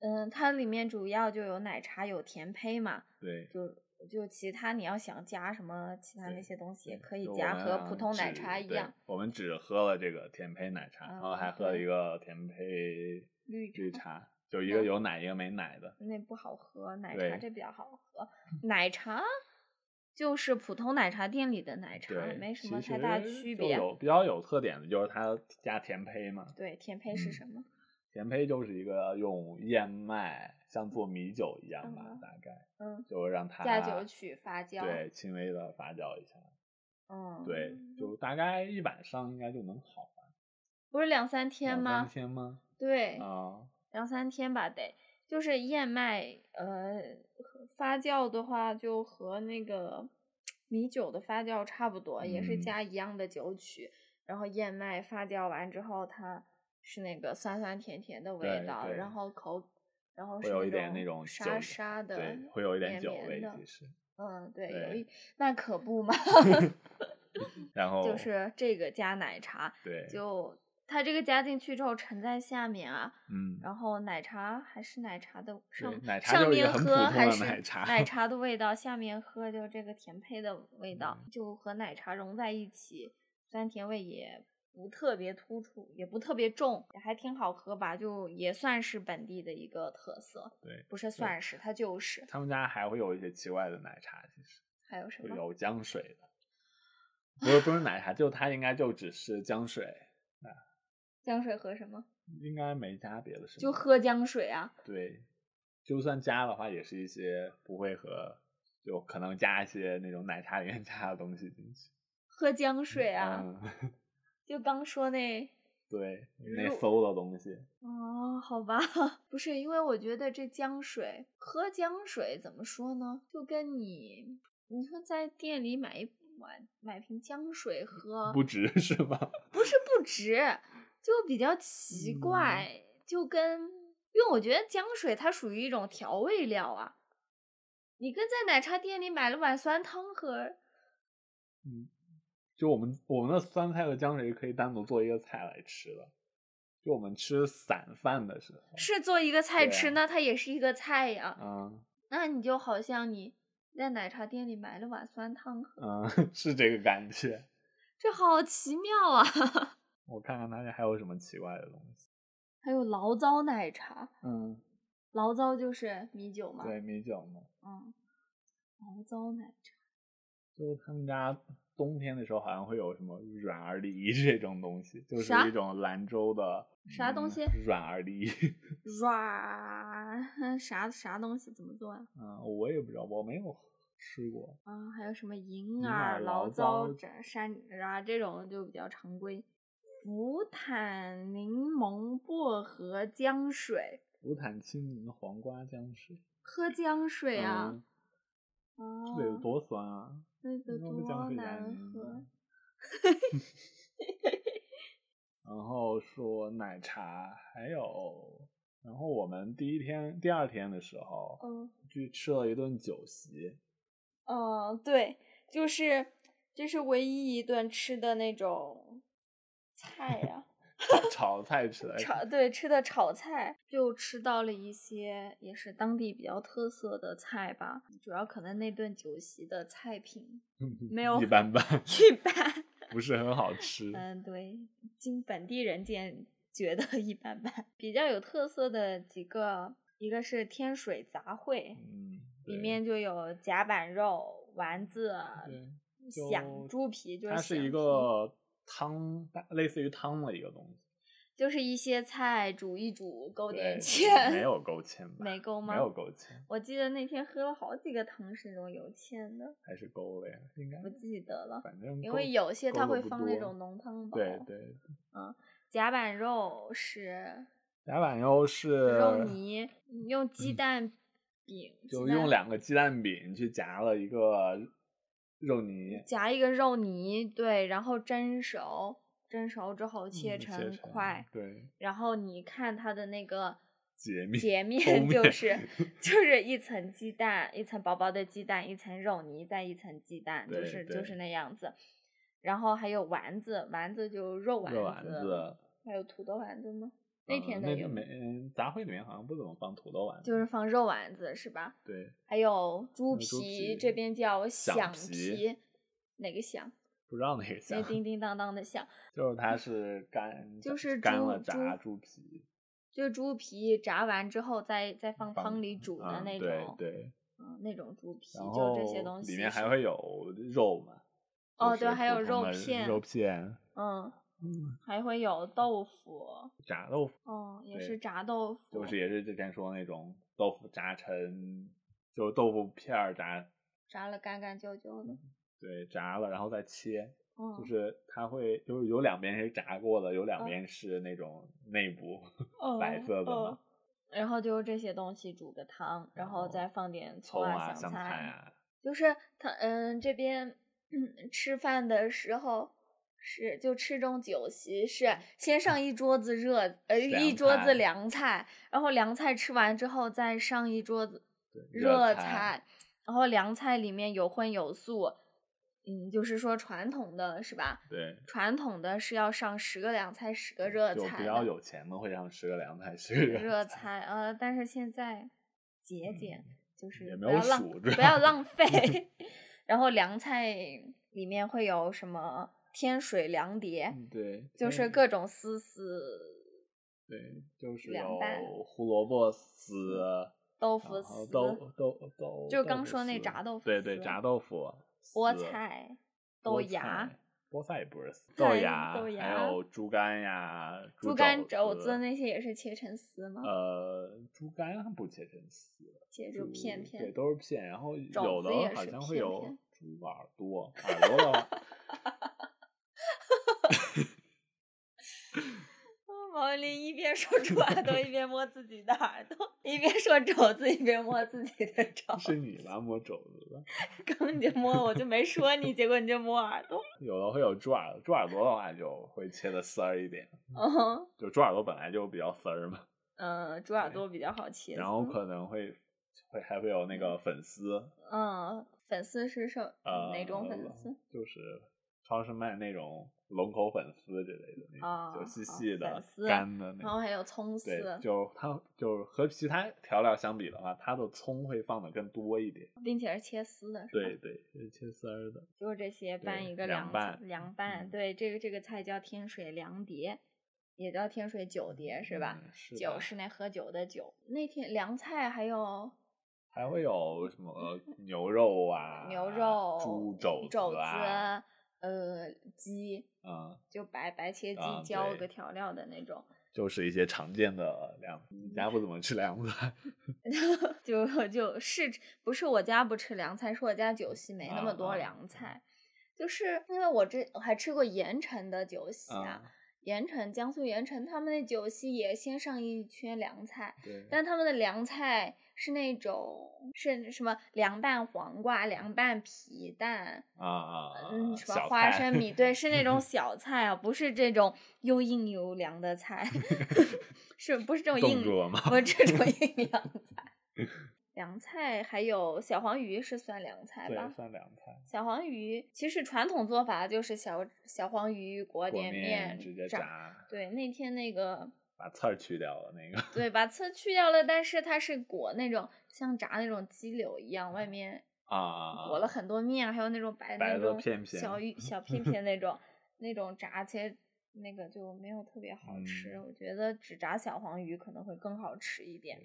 Speaker 2: 嗯，它里面主要就有奶茶有甜胚嘛，
Speaker 1: 对，
Speaker 2: 就就其他你要想加什么其他那
Speaker 1: 对
Speaker 2: 些东西
Speaker 1: 对
Speaker 2: 也可以
Speaker 1: 就我
Speaker 2: 加，
Speaker 1: 们
Speaker 2: 和
Speaker 1: 好
Speaker 2: 普
Speaker 1: 像
Speaker 2: 通奶
Speaker 1: 只
Speaker 2: 茶一
Speaker 1: 对
Speaker 2: 样。
Speaker 1: 我们只喝了这个甜胚奶茶，然后
Speaker 2: 啊
Speaker 1: 还喝了
Speaker 2: 对
Speaker 1: 一个甜胚
Speaker 2: 绿
Speaker 1: 绿
Speaker 2: 茶
Speaker 1: 茶，就一个
Speaker 2: 嗯
Speaker 1: 有奶一个没奶的，
Speaker 2: 那不好喝，奶
Speaker 1: 对
Speaker 2: 茶这比较好喝。奶茶就是普通奶茶店里的奶茶，
Speaker 1: 对，
Speaker 2: 没什
Speaker 1: 其
Speaker 2: 么太大
Speaker 1: 实
Speaker 2: 区
Speaker 1: 就
Speaker 2: 别。
Speaker 1: 有比较有特点的就是它加甜胚嘛，
Speaker 2: 对，甜胚是
Speaker 1: 嗯
Speaker 2: 什么？
Speaker 1: 甜胚就是一个用燕麦像做米酒一样吧，
Speaker 2: 嗯
Speaker 1: 大概
Speaker 2: 嗯，
Speaker 1: 就让它
Speaker 2: 加酒曲发酵。
Speaker 1: 对，轻微的发酵一下，
Speaker 2: 嗯，
Speaker 1: 对，就大概一晚上应该就能好吧？
Speaker 2: 不是两三天
Speaker 1: 两三
Speaker 2: 吗？
Speaker 1: 天吗？
Speaker 2: 对，
Speaker 1: 啊，
Speaker 2: 两三天吧得。就是燕麦，呃，发酵的话就和那个米酒的发酵差不多，也是
Speaker 1: 嗯
Speaker 2: 加一样的酒曲，然后燕麦发酵完之后，它是那个酸酸甜甜的
Speaker 1: 对
Speaker 2: 味道，
Speaker 1: 对
Speaker 2: 然后口，然后
Speaker 1: 会
Speaker 2: 是
Speaker 1: 有一点那种
Speaker 2: 种
Speaker 1: 酒
Speaker 2: 沙
Speaker 1: 的
Speaker 2: 沙的，
Speaker 1: 对，会有一点
Speaker 2: 绵
Speaker 1: 酒
Speaker 2: 绵
Speaker 1: 味，
Speaker 2: 的
Speaker 1: 其实。
Speaker 2: 嗯，对，有
Speaker 1: 对
Speaker 2: 一那可不嘛，
Speaker 1: 然后
Speaker 2: 就是这个加奶茶，
Speaker 1: 哦对，
Speaker 2: 就它这个加进去之后沉在下面啊，
Speaker 1: 嗯，
Speaker 2: 然后奶茶还是奶茶的上
Speaker 1: 奶茶
Speaker 2: 上
Speaker 1: 就是一个
Speaker 2: 面
Speaker 1: 很普
Speaker 2: 喝
Speaker 1: 通
Speaker 2: 还
Speaker 1: 的
Speaker 2: 是
Speaker 1: 奶茶
Speaker 2: 奶茶的味道，下面喝就这个甜胚的味道，
Speaker 1: 嗯
Speaker 2: 就和奶茶融在一起，酸甜味也不特别突出，也不特别重，也还挺好喝吧，就也算是本地的一个特色，
Speaker 1: 对，
Speaker 2: 不是算是，它就是。
Speaker 1: 他们家还会有一些奇怪的奶茶，其实
Speaker 2: 还有什
Speaker 1: 就
Speaker 2: 么？
Speaker 1: 有浆水的，不是不是奶茶，就它应该就只是浆水，
Speaker 2: 浆水和什么？
Speaker 1: 应该没加别的什么，
Speaker 2: 就喝浆水啊，
Speaker 1: 对，就算加的话，也是一些不会和就可能加一些那种奶茶里面 加的东西进去，
Speaker 2: 喝浆水啊，
Speaker 1: 嗯，
Speaker 2: 就刚说那
Speaker 1: 对，那
Speaker 2: 如
Speaker 1: 馊的东西，
Speaker 2: 哦，好吧， 不是，因为我觉得这姜水，喝姜水怎么说呢？就跟你，你说在店里买一碗买瓶姜水喝，
Speaker 1: 不值 是吧？
Speaker 2: 不是不值，就比较奇
Speaker 1: 嗯
Speaker 2: 怪，就跟，因为我觉得姜水它属于一种调味料啊，你跟在奶茶店里买了碗酸汤喝，
Speaker 1: 就我们我们的酸菜和姜水是可以单独做一个菜来吃的，就我们吃散饭的时候，
Speaker 2: 是做一个菜
Speaker 1: 对
Speaker 2: 吃，
Speaker 1: 啊
Speaker 2: 那它也是一个菜呀、
Speaker 1: 嗯
Speaker 2: 那你就好像你在奶茶店里买了碗酸汤喝。
Speaker 1: 嗯， 是这个感觉。
Speaker 2: 这好奇妙啊！
Speaker 1: 我看看他家还有什么奇怪的东西。
Speaker 2: 还有醪糟奶茶，
Speaker 1: 嗯，
Speaker 2: 醪糟就是米酒嘛。
Speaker 1: 对，，米酒嘛，
Speaker 2: 嗯，醪糟奶茶，
Speaker 1: 就是他们家冬天的时候好像会有什么软儿梨 这种东西，就是
Speaker 2: 啥
Speaker 1: 一种兰州的
Speaker 2: 啥东
Speaker 1: 嗯
Speaker 2: 西
Speaker 1: 软儿梨。
Speaker 2: 软 啥啥东西怎么做呀、
Speaker 1: 嗯，我也不知道，我没有吃过。
Speaker 2: 啊？还有什么银
Speaker 1: 银
Speaker 2: 耳
Speaker 1: 耳
Speaker 2: 醪
Speaker 1: 醪
Speaker 2: 糟
Speaker 1: 糟
Speaker 2: 这山啊这种就比较常规。伏坦柠檬薄荷姜水，
Speaker 1: 五坦青柠黄瓜姜水，
Speaker 2: 喝姜水啊
Speaker 1: 嗯，这嗯得有
Speaker 2: 哦
Speaker 1: 多酸啊！
Speaker 2: 那得
Speaker 1: 那个姜
Speaker 2: 多
Speaker 1: 水加
Speaker 2: 难
Speaker 1: 柠
Speaker 2: 喝
Speaker 1: 檬。 然后说奶茶，还有，然后我们第一天、第二天的时候，
Speaker 2: 嗯，
Speaker 1: 去吃了一顿酒 席，
Speaker 2: 嗯，对，就是这是唯一一顿吃的那种菜呀、
Speaker 1: 炒菜吃的，
Speaker 2: 炒对吃的炒菜，就吃到了一些也是当地比较特色的菜吧。主要可能那顿酒席的菜品没有
Speaker 1: 一般般，
Speaker 2: 一般，
Speaker 1: 不是很好吃。
Speaker 2: 嗯，对，经本地人见觉得一般般。比较有特色的几个，一个是天水杂烩，
Speaker 1: 嗯，
Speaker 2: 里
Speaker 1: 对
Speaker 2: 面就有夹板肉、丸子、
Speaker 1: 对，
Speaker 2: 响
Speaker 1: 就
Speaker 2: 猪皮，就是
Speaker 1: 它是
Speaker 2: 响
Speaker 1: 一
Speaker 2: 皮
Speaker 1: 个汤，类似于汤的一个东西，
Speaker 2: 就是一些菜煮一煮，勾
Speaker 1: 对
Speaker 2: 点，
Speaker 1: 没
Speaker 2: 芡。
Speaker 1: 有勾芡吧？
Speaker 2: 没勾吗
Speaker 1: 没有勾芡，
Speaker 2: 我记得那天喝了好几个汤是那种有芡的，
Speaker 1: 还是勾了呀？应该
Speaker 2: 不记得了，
Speaker 1: 反正
Speaker 2: 因
Speaker 1: 勾
Speaker 2: 为有些
Speaker 1: 勾
Speaker 2: 它
Speaker 1: 得
Speaker 2: 会
Speaker 1: 不
Speaker 2: 放那
Speaker 1: 多
Speaker 2: 种浓汤宝。
Speaker 1: 对对，
Speaker 2: 夹板肉是
Speaker 1: 夹板肉是
Speaker 2: 肉泥，你用鸡蛋饼，
Speaker 1: 嗯就
Speaker 2: 鸡蛋
Speaker 1: 用两个鸡蛋饼去夹了一个肉泥，
Speaker 2: 夹一个肉泥，对，然后蒸熟，蒸熟之后切
Speaker 1: 嗯
Speaker 2: 成块，
Speaker 1: 对，
Speaker 2: 然后你看它的那个
Speaker 1: 截面
Speaker 2: 截面
Speaker 1: 剖
Speaker 2: 就
Speaker 1: 面
Speaker 2: 是 就是一层鸡蛋，一层薄薄的鸡蛋，一层肉泥，再一层鸡蛋，就
Speaker 1: 对
Speaker 2: 是就是
Speaker 1: 对
Speaker 2: 那样子。然后还有丸子，丸子就肉丸
Speaker 1: 肉丸子。
Speaker 2: 还有土豆丸子吗？那
Speaker 1: 嗯
Speaker 2: 天
Speaker 1: 那
Speaker 2: 的
Speaker 1: 天
Speaker 2: 有，
Speaker 1: 没嗯杂烩里面好像不怎么放土豆丸子，
Speaker 2: 就是放肉丸子是吧？
Speaker 1: 对，
Speaker 2: 还有
Speaker 1: 还
Speaker 2: 猪
Speaker 1: 有嗯猪
Speaker 2: 皮，
Speaker 1: 皮
Speaker 2: 这边叫
Speaker 1: 响
Speaker 2: 响
Speaker 1: 皮
Speaker 2: 皮，哪 个响？
Speaker 1: 不知道那个
Speaker 2: 那
Speaker 1: 香，
Speaker 2: 叮叮当当的响，
Speaker 1: 就是它是干，
Speaker 2: 就
Speaker 1: 炸
Speaker 2: 是
Speaker 1: 干
Speaker 2: 猪
Speaker 1: 了炸
Speaker 2: 猪
Speaker 1: 猪皮
Speaker 2: 就是猪皮炸完之后再再放
Speaker 1: 放
Speaker 2: 汤里煮的
Speaker 1: 嗯
Speaker 2: 那
Speaker 1: 对
Speaker 2: 种，
Speaker 1: 对，
Speaker 2: 嗯，那种猪皮，
Speaker 1: 然
Speaker 2: 就
Speaker 1: 后
Speaker 2: 这些东西
Speaker 1: 里面还
Speaker 2: 是
Speaker 1: 会有肉嘛，
Speaker 2: 哦
Speaker 1: 就
Speaker 2: 对
Speaker 1: 是
Speaker 2: 还有
Speaker 1: 普通
Speaker 2: 肉
Speaker 1: 的
Speaker 2: 片
Speaker 1: 肉片，
Speaker 2: 嗯，
Speaker 1: 嗯，
Speaker 2: 还会有豆腐，
Speaker 1: 炸豆腐
Speaker 2: 嗯，也
Speaker 1: 对
Speaker 2: 是炸豆腐，
Speaker 1: 就是也是之前说那种豆腐炸成，就是豆腐片儿炸，
Speaker 2: 炸了干干焦焦的，
Speaker 1: 对，炸了然后再切，
Speaker 2: 嗯，
Speaker 1: 就是它会就是有两边是炸过的，有两
Speaker 2: 嗯
Speaker 1: 边是那种内部
Speaker 2: 哦
Speaker 1: 白色的
Speaker 2: 哦
Speaker 1: 嘛，
Speaker 2: 然后就是这些东西煮个汤，然
Speaker 1: 然
Speaker 2: 后
Speaker 1: 后
Speaker 2: 再放点
Speaker 1: 葱啊、
Speaker 2: 香
Speaker 1: 香菜啊，
Speaker 2: 就是他嗯这边嗯吃饭的时候，是，就吃这种酒席是先上一桌子热，呃，
Speaker 1: 嗯凉
Speaker 2: 一桌
Speaker 1: 菜
Speaker 2: 子凉菜，然后凉菜吃完之后再上一桌子
Speaker 1: 对
Speaker 2: 热
Speaker 1: 菜，
Speaker 2: 菜，然后凉菜里面有荤有素，嗯，就是说传统的是吧？
Speaker 1: 对，
Speaker 2: 传统的是要上十个凉菜，十个热
Speaker 1: 就
Speaker 2: 菜，
Speaker 1: 比较有钱的会上十个凉菜，十个
Speaker 2: 热
Speaker 1: 菜，嗯
Speaker 2: 菜，呃，但是现在节俭、就是
Speaker 1: 也
Speaker 2: 不
Speaker 1: 没有
Speaker 2: 要浪
Speaker 1: 数主
Speaker 2: 不
Speaker 1: 要
Speaker 2: 要浪费， 然后凉菜里面会有什么天水凉碟，
Speaker 1: 嗯对，
Speaker 2: 就是
Speaker 1: 嗯
Speaker 2: 各种丝丝、
Speaker 1: 对，就是
Speaker 2: 凉拌
Speaker 1: 有胡萝卜丝，
Speaker 2: 豆
Speaker 1: 然
Speaker 2: 腐
Speaker 1: 后
Speaker 2: 丝、
Speaker 1: 哦啊豆豆豆，
Speaker 2: 就是
Speaker 1: 豆
Speaker 2: 刚
Speaker 1: 腐
Speaker 2: 说那
Speaker 1: 丝
Speaker 2: 炸豆腐
Speaker 1: 对对，
Speaker 2: 丝
Speaker 1: 炸豆腐，
Speaker 2: 菠
Speaker 1: 丝
Speaker 2: 菜、
Speaker 1: 菠
Speaker 2: 豆芽
Speaker 1: 菜、菠菜也不是丝
Speaker 2: 菜
Speaker 1: 芽，
Speaker 2: 豆
Speaker 1: 还
Speaker 2: 芽
Speaker 1: 有猪肝呀、
Speaker 2: 猪肝、
Speaker 1: 肘
Speaker 2: 肘子那些也是切成丝吗？
Speaker 1: 呃，猪肝它不切成丝，
Speaker 2: 切就片
Speaker 1: 嗯
Speaker 2: 片
Speaker 1: 对，。都是片。然后
Speaker 2: 肘
Speaker 1: 有
Speaker 2: 子
Speaker 1: 的
Speaker 2: 也
Speaker 1: 好
Speaker 2: 是
Speaker 1: 像会
Speaker 2: 片
Speaker 1: 有
Speaker 2: 片
Speaker 1: 猪耳朵，耳朵的话
Speaker 2: 哦毛林一 边说猪耳朵，一边摸自己的耳朵，一边说肘子，一边摸自己的肘。
Speaker 1: 是你吧？摸肘子吧。
Speaker 2: 刚你就摸，我就没说你，结果你就摸耳朵。
Speaker 1: 有的会有猪耳，猪耳朵的话就会切的丝儿一点，
Speaker 2: 嗯
Speaker 1: 就猪耳朵本来就比较丝儿嘛，
Speaker 2: 嗯，猪耳朵比较好切丝。
Speaker 1: 然后可能会会还会有那个粉丝，
Speaker 2: 嗯，粉丝是什
Speaker 1: 呃，
Speaker 2: 哪种粉丝？？
Speaker 1: 就是超市卖那种龙口粉丝之类的那种，
Speaker 2: 啊
Speaker 1: 就细
Speaker 2: 好
Speaker 1: 细
Speaker 2: 粉
Speaker 1: 的
Speaker 2: 丝
Speaker 1: 干的那
Speaker 2: 然后
Speaker 1: 种。
Speaker 2: 还有葱丝。
Speaker 1: 对，就它就是和其他调料相比的话，它的葱会放的更多一点。
Speaker 2: 并且是切丝的，是吧
Speaker 1: 对，对，是切丝儿的。
Speaker 2: 就是这些拌
Speaker 1: 对
Speaker 2: 一个
Speaker 1: 凉
Speaker 2: 凉
Speaker 1: 拌
Speaker 2: 菜凉拌，
Speaker 1: 嗯
Speaker 2: 对，这个这个菜叫天水凉碟，也叫天水酒碟是吧？
Speaker 1: 嗯是
Speaker 2: 酒
Speaker 1: 的
Speaker 2: 是那喝酒的酒。那天凉菜还有
Speaker 1: 还会有什么牛肉啊、
Speaker 2: 牛肉、
Speaker 1: 猪肘
Speaker 2: 肘
Speaker 1: 啊，
Speaker 2: 子呃，鸡，
Speaker 1: 嗯，
Speaker 2: 就白白切鸡
Speaker 1: 啊
Speaker 2: 浇
Speaker 1: 对
Speaker 2: 个调料的那种，
Speaker 1: 就是一些常见的凉。
Speaker 2: 嗯
Speaker 1: 你家不怎么吃凉 菜，
Speaker 2: 就 就是不是我家不吃凉菜，是我家酒席没那
Speaker 1: 啊
Speaker 2: 么
Speaker 1: 啊
Speaker 2: 多凉菜，就是因为我这我还吃过盐城的酒席啊。
Speaker 1: 嗯，
Speaker 2: 盐城，江苏盐城，他们那酒席也先上一圈凉菜，
Speaker 1: 对，
Speaker 2: 但他们的凉菜是那种是什么凉拌黄瓜、凉拌皮蛋，
Speaker 1: 啊啊，啊
Speaker 2: 嗯，什么
Speaker 1: 小
Speaker 2: 花
Speaker 1: 菜
Speaker 2: 生米，对，是 那种小菜啊，不是这种又硬又凉的菜， 是不是这种
Speaker 1: 冻
Speaker 2: 硬
Speaker 1: 住了 吗？
Speaker 2: 不是这种硬凉菜？凉菜还有小黄鱼是算凉菜
Speaker 1: 对
Speaker 2: 吧？，
Speaker 1: 算凉菜。
Speaker 2: 小黄鱼其实传统做法就是小小黄鱼裹
Speaker 1: 和
Speaker 2: 点面
Speaker 1: 直接
Speaker 2: 炸
Speaker 1: 炸，
Speaker 2: 对，那天那个
Speaker 1: 把刺儿去掉了 那个。
Speaker 2: 对把刺去掉了，但是它是裹那种像炸那种鸡柳一样，外面
Speaker 1: 啊，
Speaker 2: 裹了很多面，还有那种白
Speaker 1: 白
Speaker 2: 那
Speaker 1: 的
Speaker 2: 种
Speaker 1: 片片
Speaker 2: 小 玉小片片那种那种炸，其实那个就没有特别好吃。
Speaker 1: 嗯
Speaker 2: 我觉得只炸小黄鱼可能会更好吃一点。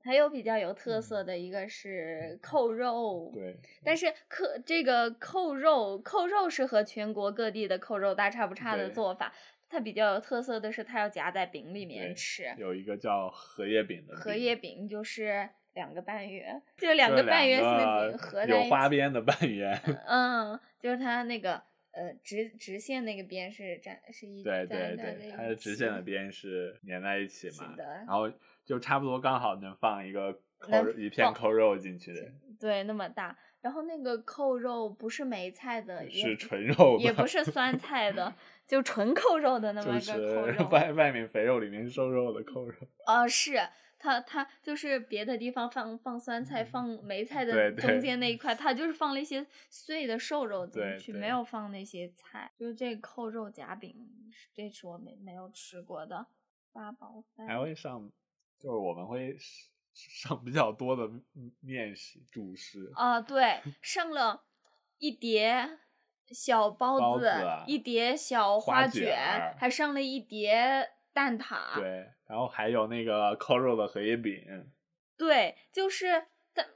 Speaker 2: 还有比较有特色的一个是扣肉，
Speaker 1: 嗯对，
Speaker 2: 但是扣这个扣肉，扣肉是和全国各地的扣肉大差不差的
Speaker 1: 对
Speaker 2: 做法。它比较有特色的是，它要夹在饼里面
Speaker 1: 对
Speaker 2: 吃。
Speaker 1: 有一个叫荷叶饼的
Speaker 2: 荷
Speaker 1: 饼
Speaker 2: 叶饼就是两个半圆，就两
Speaker 1: 就
Speaker 2: 个
Speaker 1: 是
Speaker 2: 半圆形的
Speaker 1: 个
Speaker 2: 饼合在
Speaker 1: 有
Speaker 2: 一
Speaker 1: 花
Speaker 2: 起。
Speaker 1: 边的半 圆，
Speaker 2: 嗯，就是它那个呃直直线那个边是粘是一
Speaker 1: 对对
Speaker 2: 粘在
Speaker 1: 对，
Speaker 2: 在
Speaker 1: 它
Speaker 2: 一
Speaker 1: 的直
Speaker 2: 起
Speaker 1: 线的边是粘在一起
Speaker 2: 是
Speaker 1: 嘛，
Speaker 2: 的
Speaker 1: 然后就差不多刚好能放一个扣
Speaker 2: 能
Speaker 1: 肉一片
Speaker 2: 放
Speaker 1: 扣肉进去
Speaker 2: 对那么大。然后那个扣肉不是梅菜的，
Speaker 1: 的，
Speaker 2: 也
Speaker 1: 是纯肉
Speaker 2: 也
Speaker 1: 吧
Speaker 2: 不是酸 菜的，就纯扣肉的那么
Speaker 1: 就
Speaker 2: 一个扣
Speaker 1: 是
Speaker 2: 肉。
Speaker 1: 外外面肥肉里面瘦肉的扣肉，
Speaker 2: 哦，是它它就是别的地方放放酸菜、放梅菜的
Speaker 1: 嗯对对
Speaker 2: 中间那一 块，它就是放了一些碎的瘦肉进
Speaker 1: 对
Speaker 2: 去，
Speaker 1: 对
Speaker 2: 没有放那些菜。就是这扣肉夹饼，是这是我没没有吃过的八宝饭。
Speaker 1: 还会上，就是我们会上比较多的面食主食，
Speaker 2: 啊， 对，上了一碟小包
Speaker 1: 包
Speaker 2: 子，
Speaker 1: 子啊
Speaker 2: 一碟小
Speaker 1: 花
Speaker 2: 花
Speaker 1: 卷儿
Speaker 2: 还上了一碟蛋挞。
Speaker 1: 对，然后还有那个扣肉的荷叶饼，
Speaker 2: 对，就是但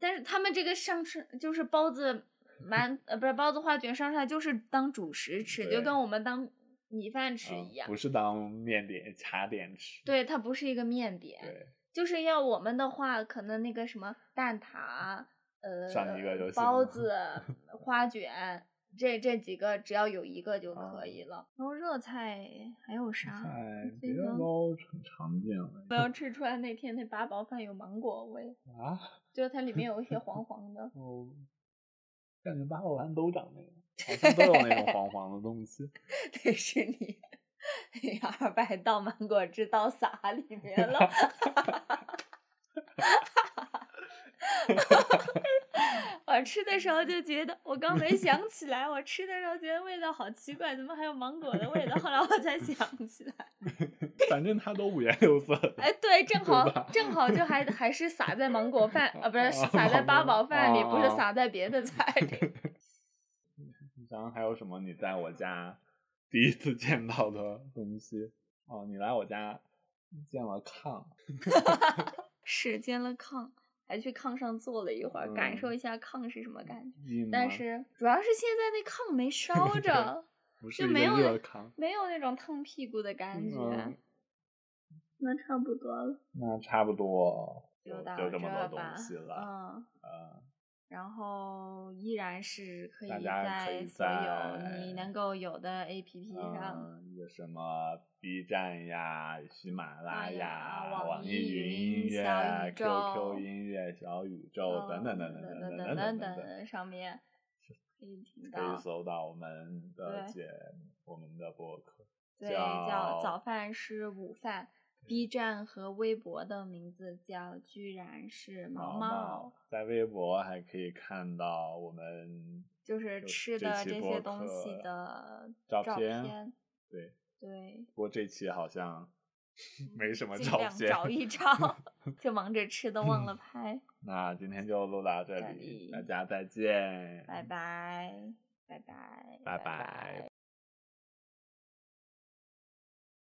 Speaker 2: 但是他们这个上吃就是包子馒呃不是包子花卷上出来就是当主食吃，就
Speaker 1: 对
Speaker 2: 跟我们当米饭吃
Speaker 1: 嗯
Speaker 2: 一样。
Speaker 1: 不是当面点茶点吃。
Speaker 2: 对，它不是一个面点，
Speaker 1: 对
Speaker 2: 就是要我们的话，可能那个什么蛋挞，呃，
Speaker 1: 上一个就行
Speaker 2: 包
Speaker 1: 了
Speaker 2: 子、花卷。这这几个只要有一个就可
Speaker 1: 啊
Speaker 2: 以了。然后热菜还有啥？
Speaker 1: 哎，
Speaker 2: 这
Speaker 1: 别的
Speaker 2: 个
Speaker 1: 都很常见了
Speaker 2: 没有吃出来。那天那八宝饭有芒果味，
Speaker 1: 啊！
Speaker 2: 就是它里面有一些黄黄的。
Speaker 1: 我感觉八宝丸都长那样。好像都有那种黄黄的东西。
Speaker 2: 那是你，你二百到芒果汁到洒里面了。我吃的时候就觉得，我刚没想起来，我吃的时候觉得味道好奇怪，怎么还有芒果的味道？后来我才想起来，
Speaker 1: 反正它都五颜六色的。
Speaker 2: 哎，对，正
Speaker 1: 对吧
Speaker 2: 好正好就还还是撒在芒果饭啊，不是
Speaker 1: 啊
Speaker 2: 撒在八宝饭里，
Speaker 1: 啊
Speaker 2: 不是撒在别的菜里。
Speaker 1: 然后还有什么？你在我家第一次见到的东西？哦，你来我家见了炕，
Speaker 2: 是煎了炕，还去炕上坐了一会儿，感
Speaker 1: 嗯
Speaker 2: 受一下炕是什么感觉。
Speaker 1: 硬
Speaker 2: 但
Speaker 1: 吗
Speaker 2: 是主要是现在那炕 没烧着，
Speaker 1: 不是
Speaker 2: 就
Speaker 1: 一个
Speaker 2: 没有
Speaker 1: 热炕。
Speaker 2: 没有那种烫屁股的感觉。
Speaker 1: 嗯，
Speaker 2: 那差不多了，
Speaker 1: 那差不多
Speaker 2: 就到
Speaker 1: 就这么多
Speaker 2: 儿吧
Speaker 1: 东西了。
Speaker 2: 嗯，
Speaker 1: 嗯，
Speaker 2: 然后依然是可以
Speaker 1: 大家可以
Speaker 2: 所有
Speaker 1: 在
Speaker 2: 你能够有的 APP 上。
Speaker 1: 嗯，有什么 B 站呀、喜马拉
Speaker 2: 哎呀
Speaker 1: 雅、
Speaker 2: 网
Speaker 1: 网
Speaker 2: 易
Speaker 1: 易
Speaker 2: 云
Speaker 1: 云音
Speaker 2: 小
Speaker 1: 乐、
Speaker 2: 宇宙
Speaker 1: QQ 音乐、小宇
Speaker 2: 嗯
Speaker 1: 哦宙等等等等
Speaker 2: 等
Speaker 1: 等
Speaker 2: 等
Speaker 1: 等
Speaker 2: 等
Speaker 1: 等等，
Speaker 2: 上面可以听
Speaker 1: 可以
Speaker 2: 到，
Speaker 1: 搜到我们的
Speaker 2: 对
Speaker 1: 节目、我们的博客。
Speaker 2: 对，叫
Speaker 1: 叫
Speaker 2: 早饭是午饭。B 站和微博的名字叫居然是毛
Speaker 1: 毛毛在微博还可以看到我们
Speaker 2: 就是吃的
Speaker 1: 这期
Speaker 2: 这
Speaker 1: 播
Speaker 2: 些东西
Speaker 1: 客
Speaker 2: 的
Speaker 1: 照
Speaker 2: 片。
Speaker 1: 对，
Speaker 2: 对，
Speaker 1: 不过这期好像 没什么
Speaker 2: 尽
Speaker 1: 照
Speaker 2: 量
Speaker 1: 片。
Speaker 2: 找一找， 就忙着吃的忘了拍。
Speaker 1: 那今天就录到这
Speaker 2: 这
Speaker 1: 里，
Speaker 2: 里
Speaker 1: 大家再见，
Speaker 2: 拜拜，拜拜，
Speaker 1: 拜
Speaker 2: 拜
Speaker 1: 拜，拜。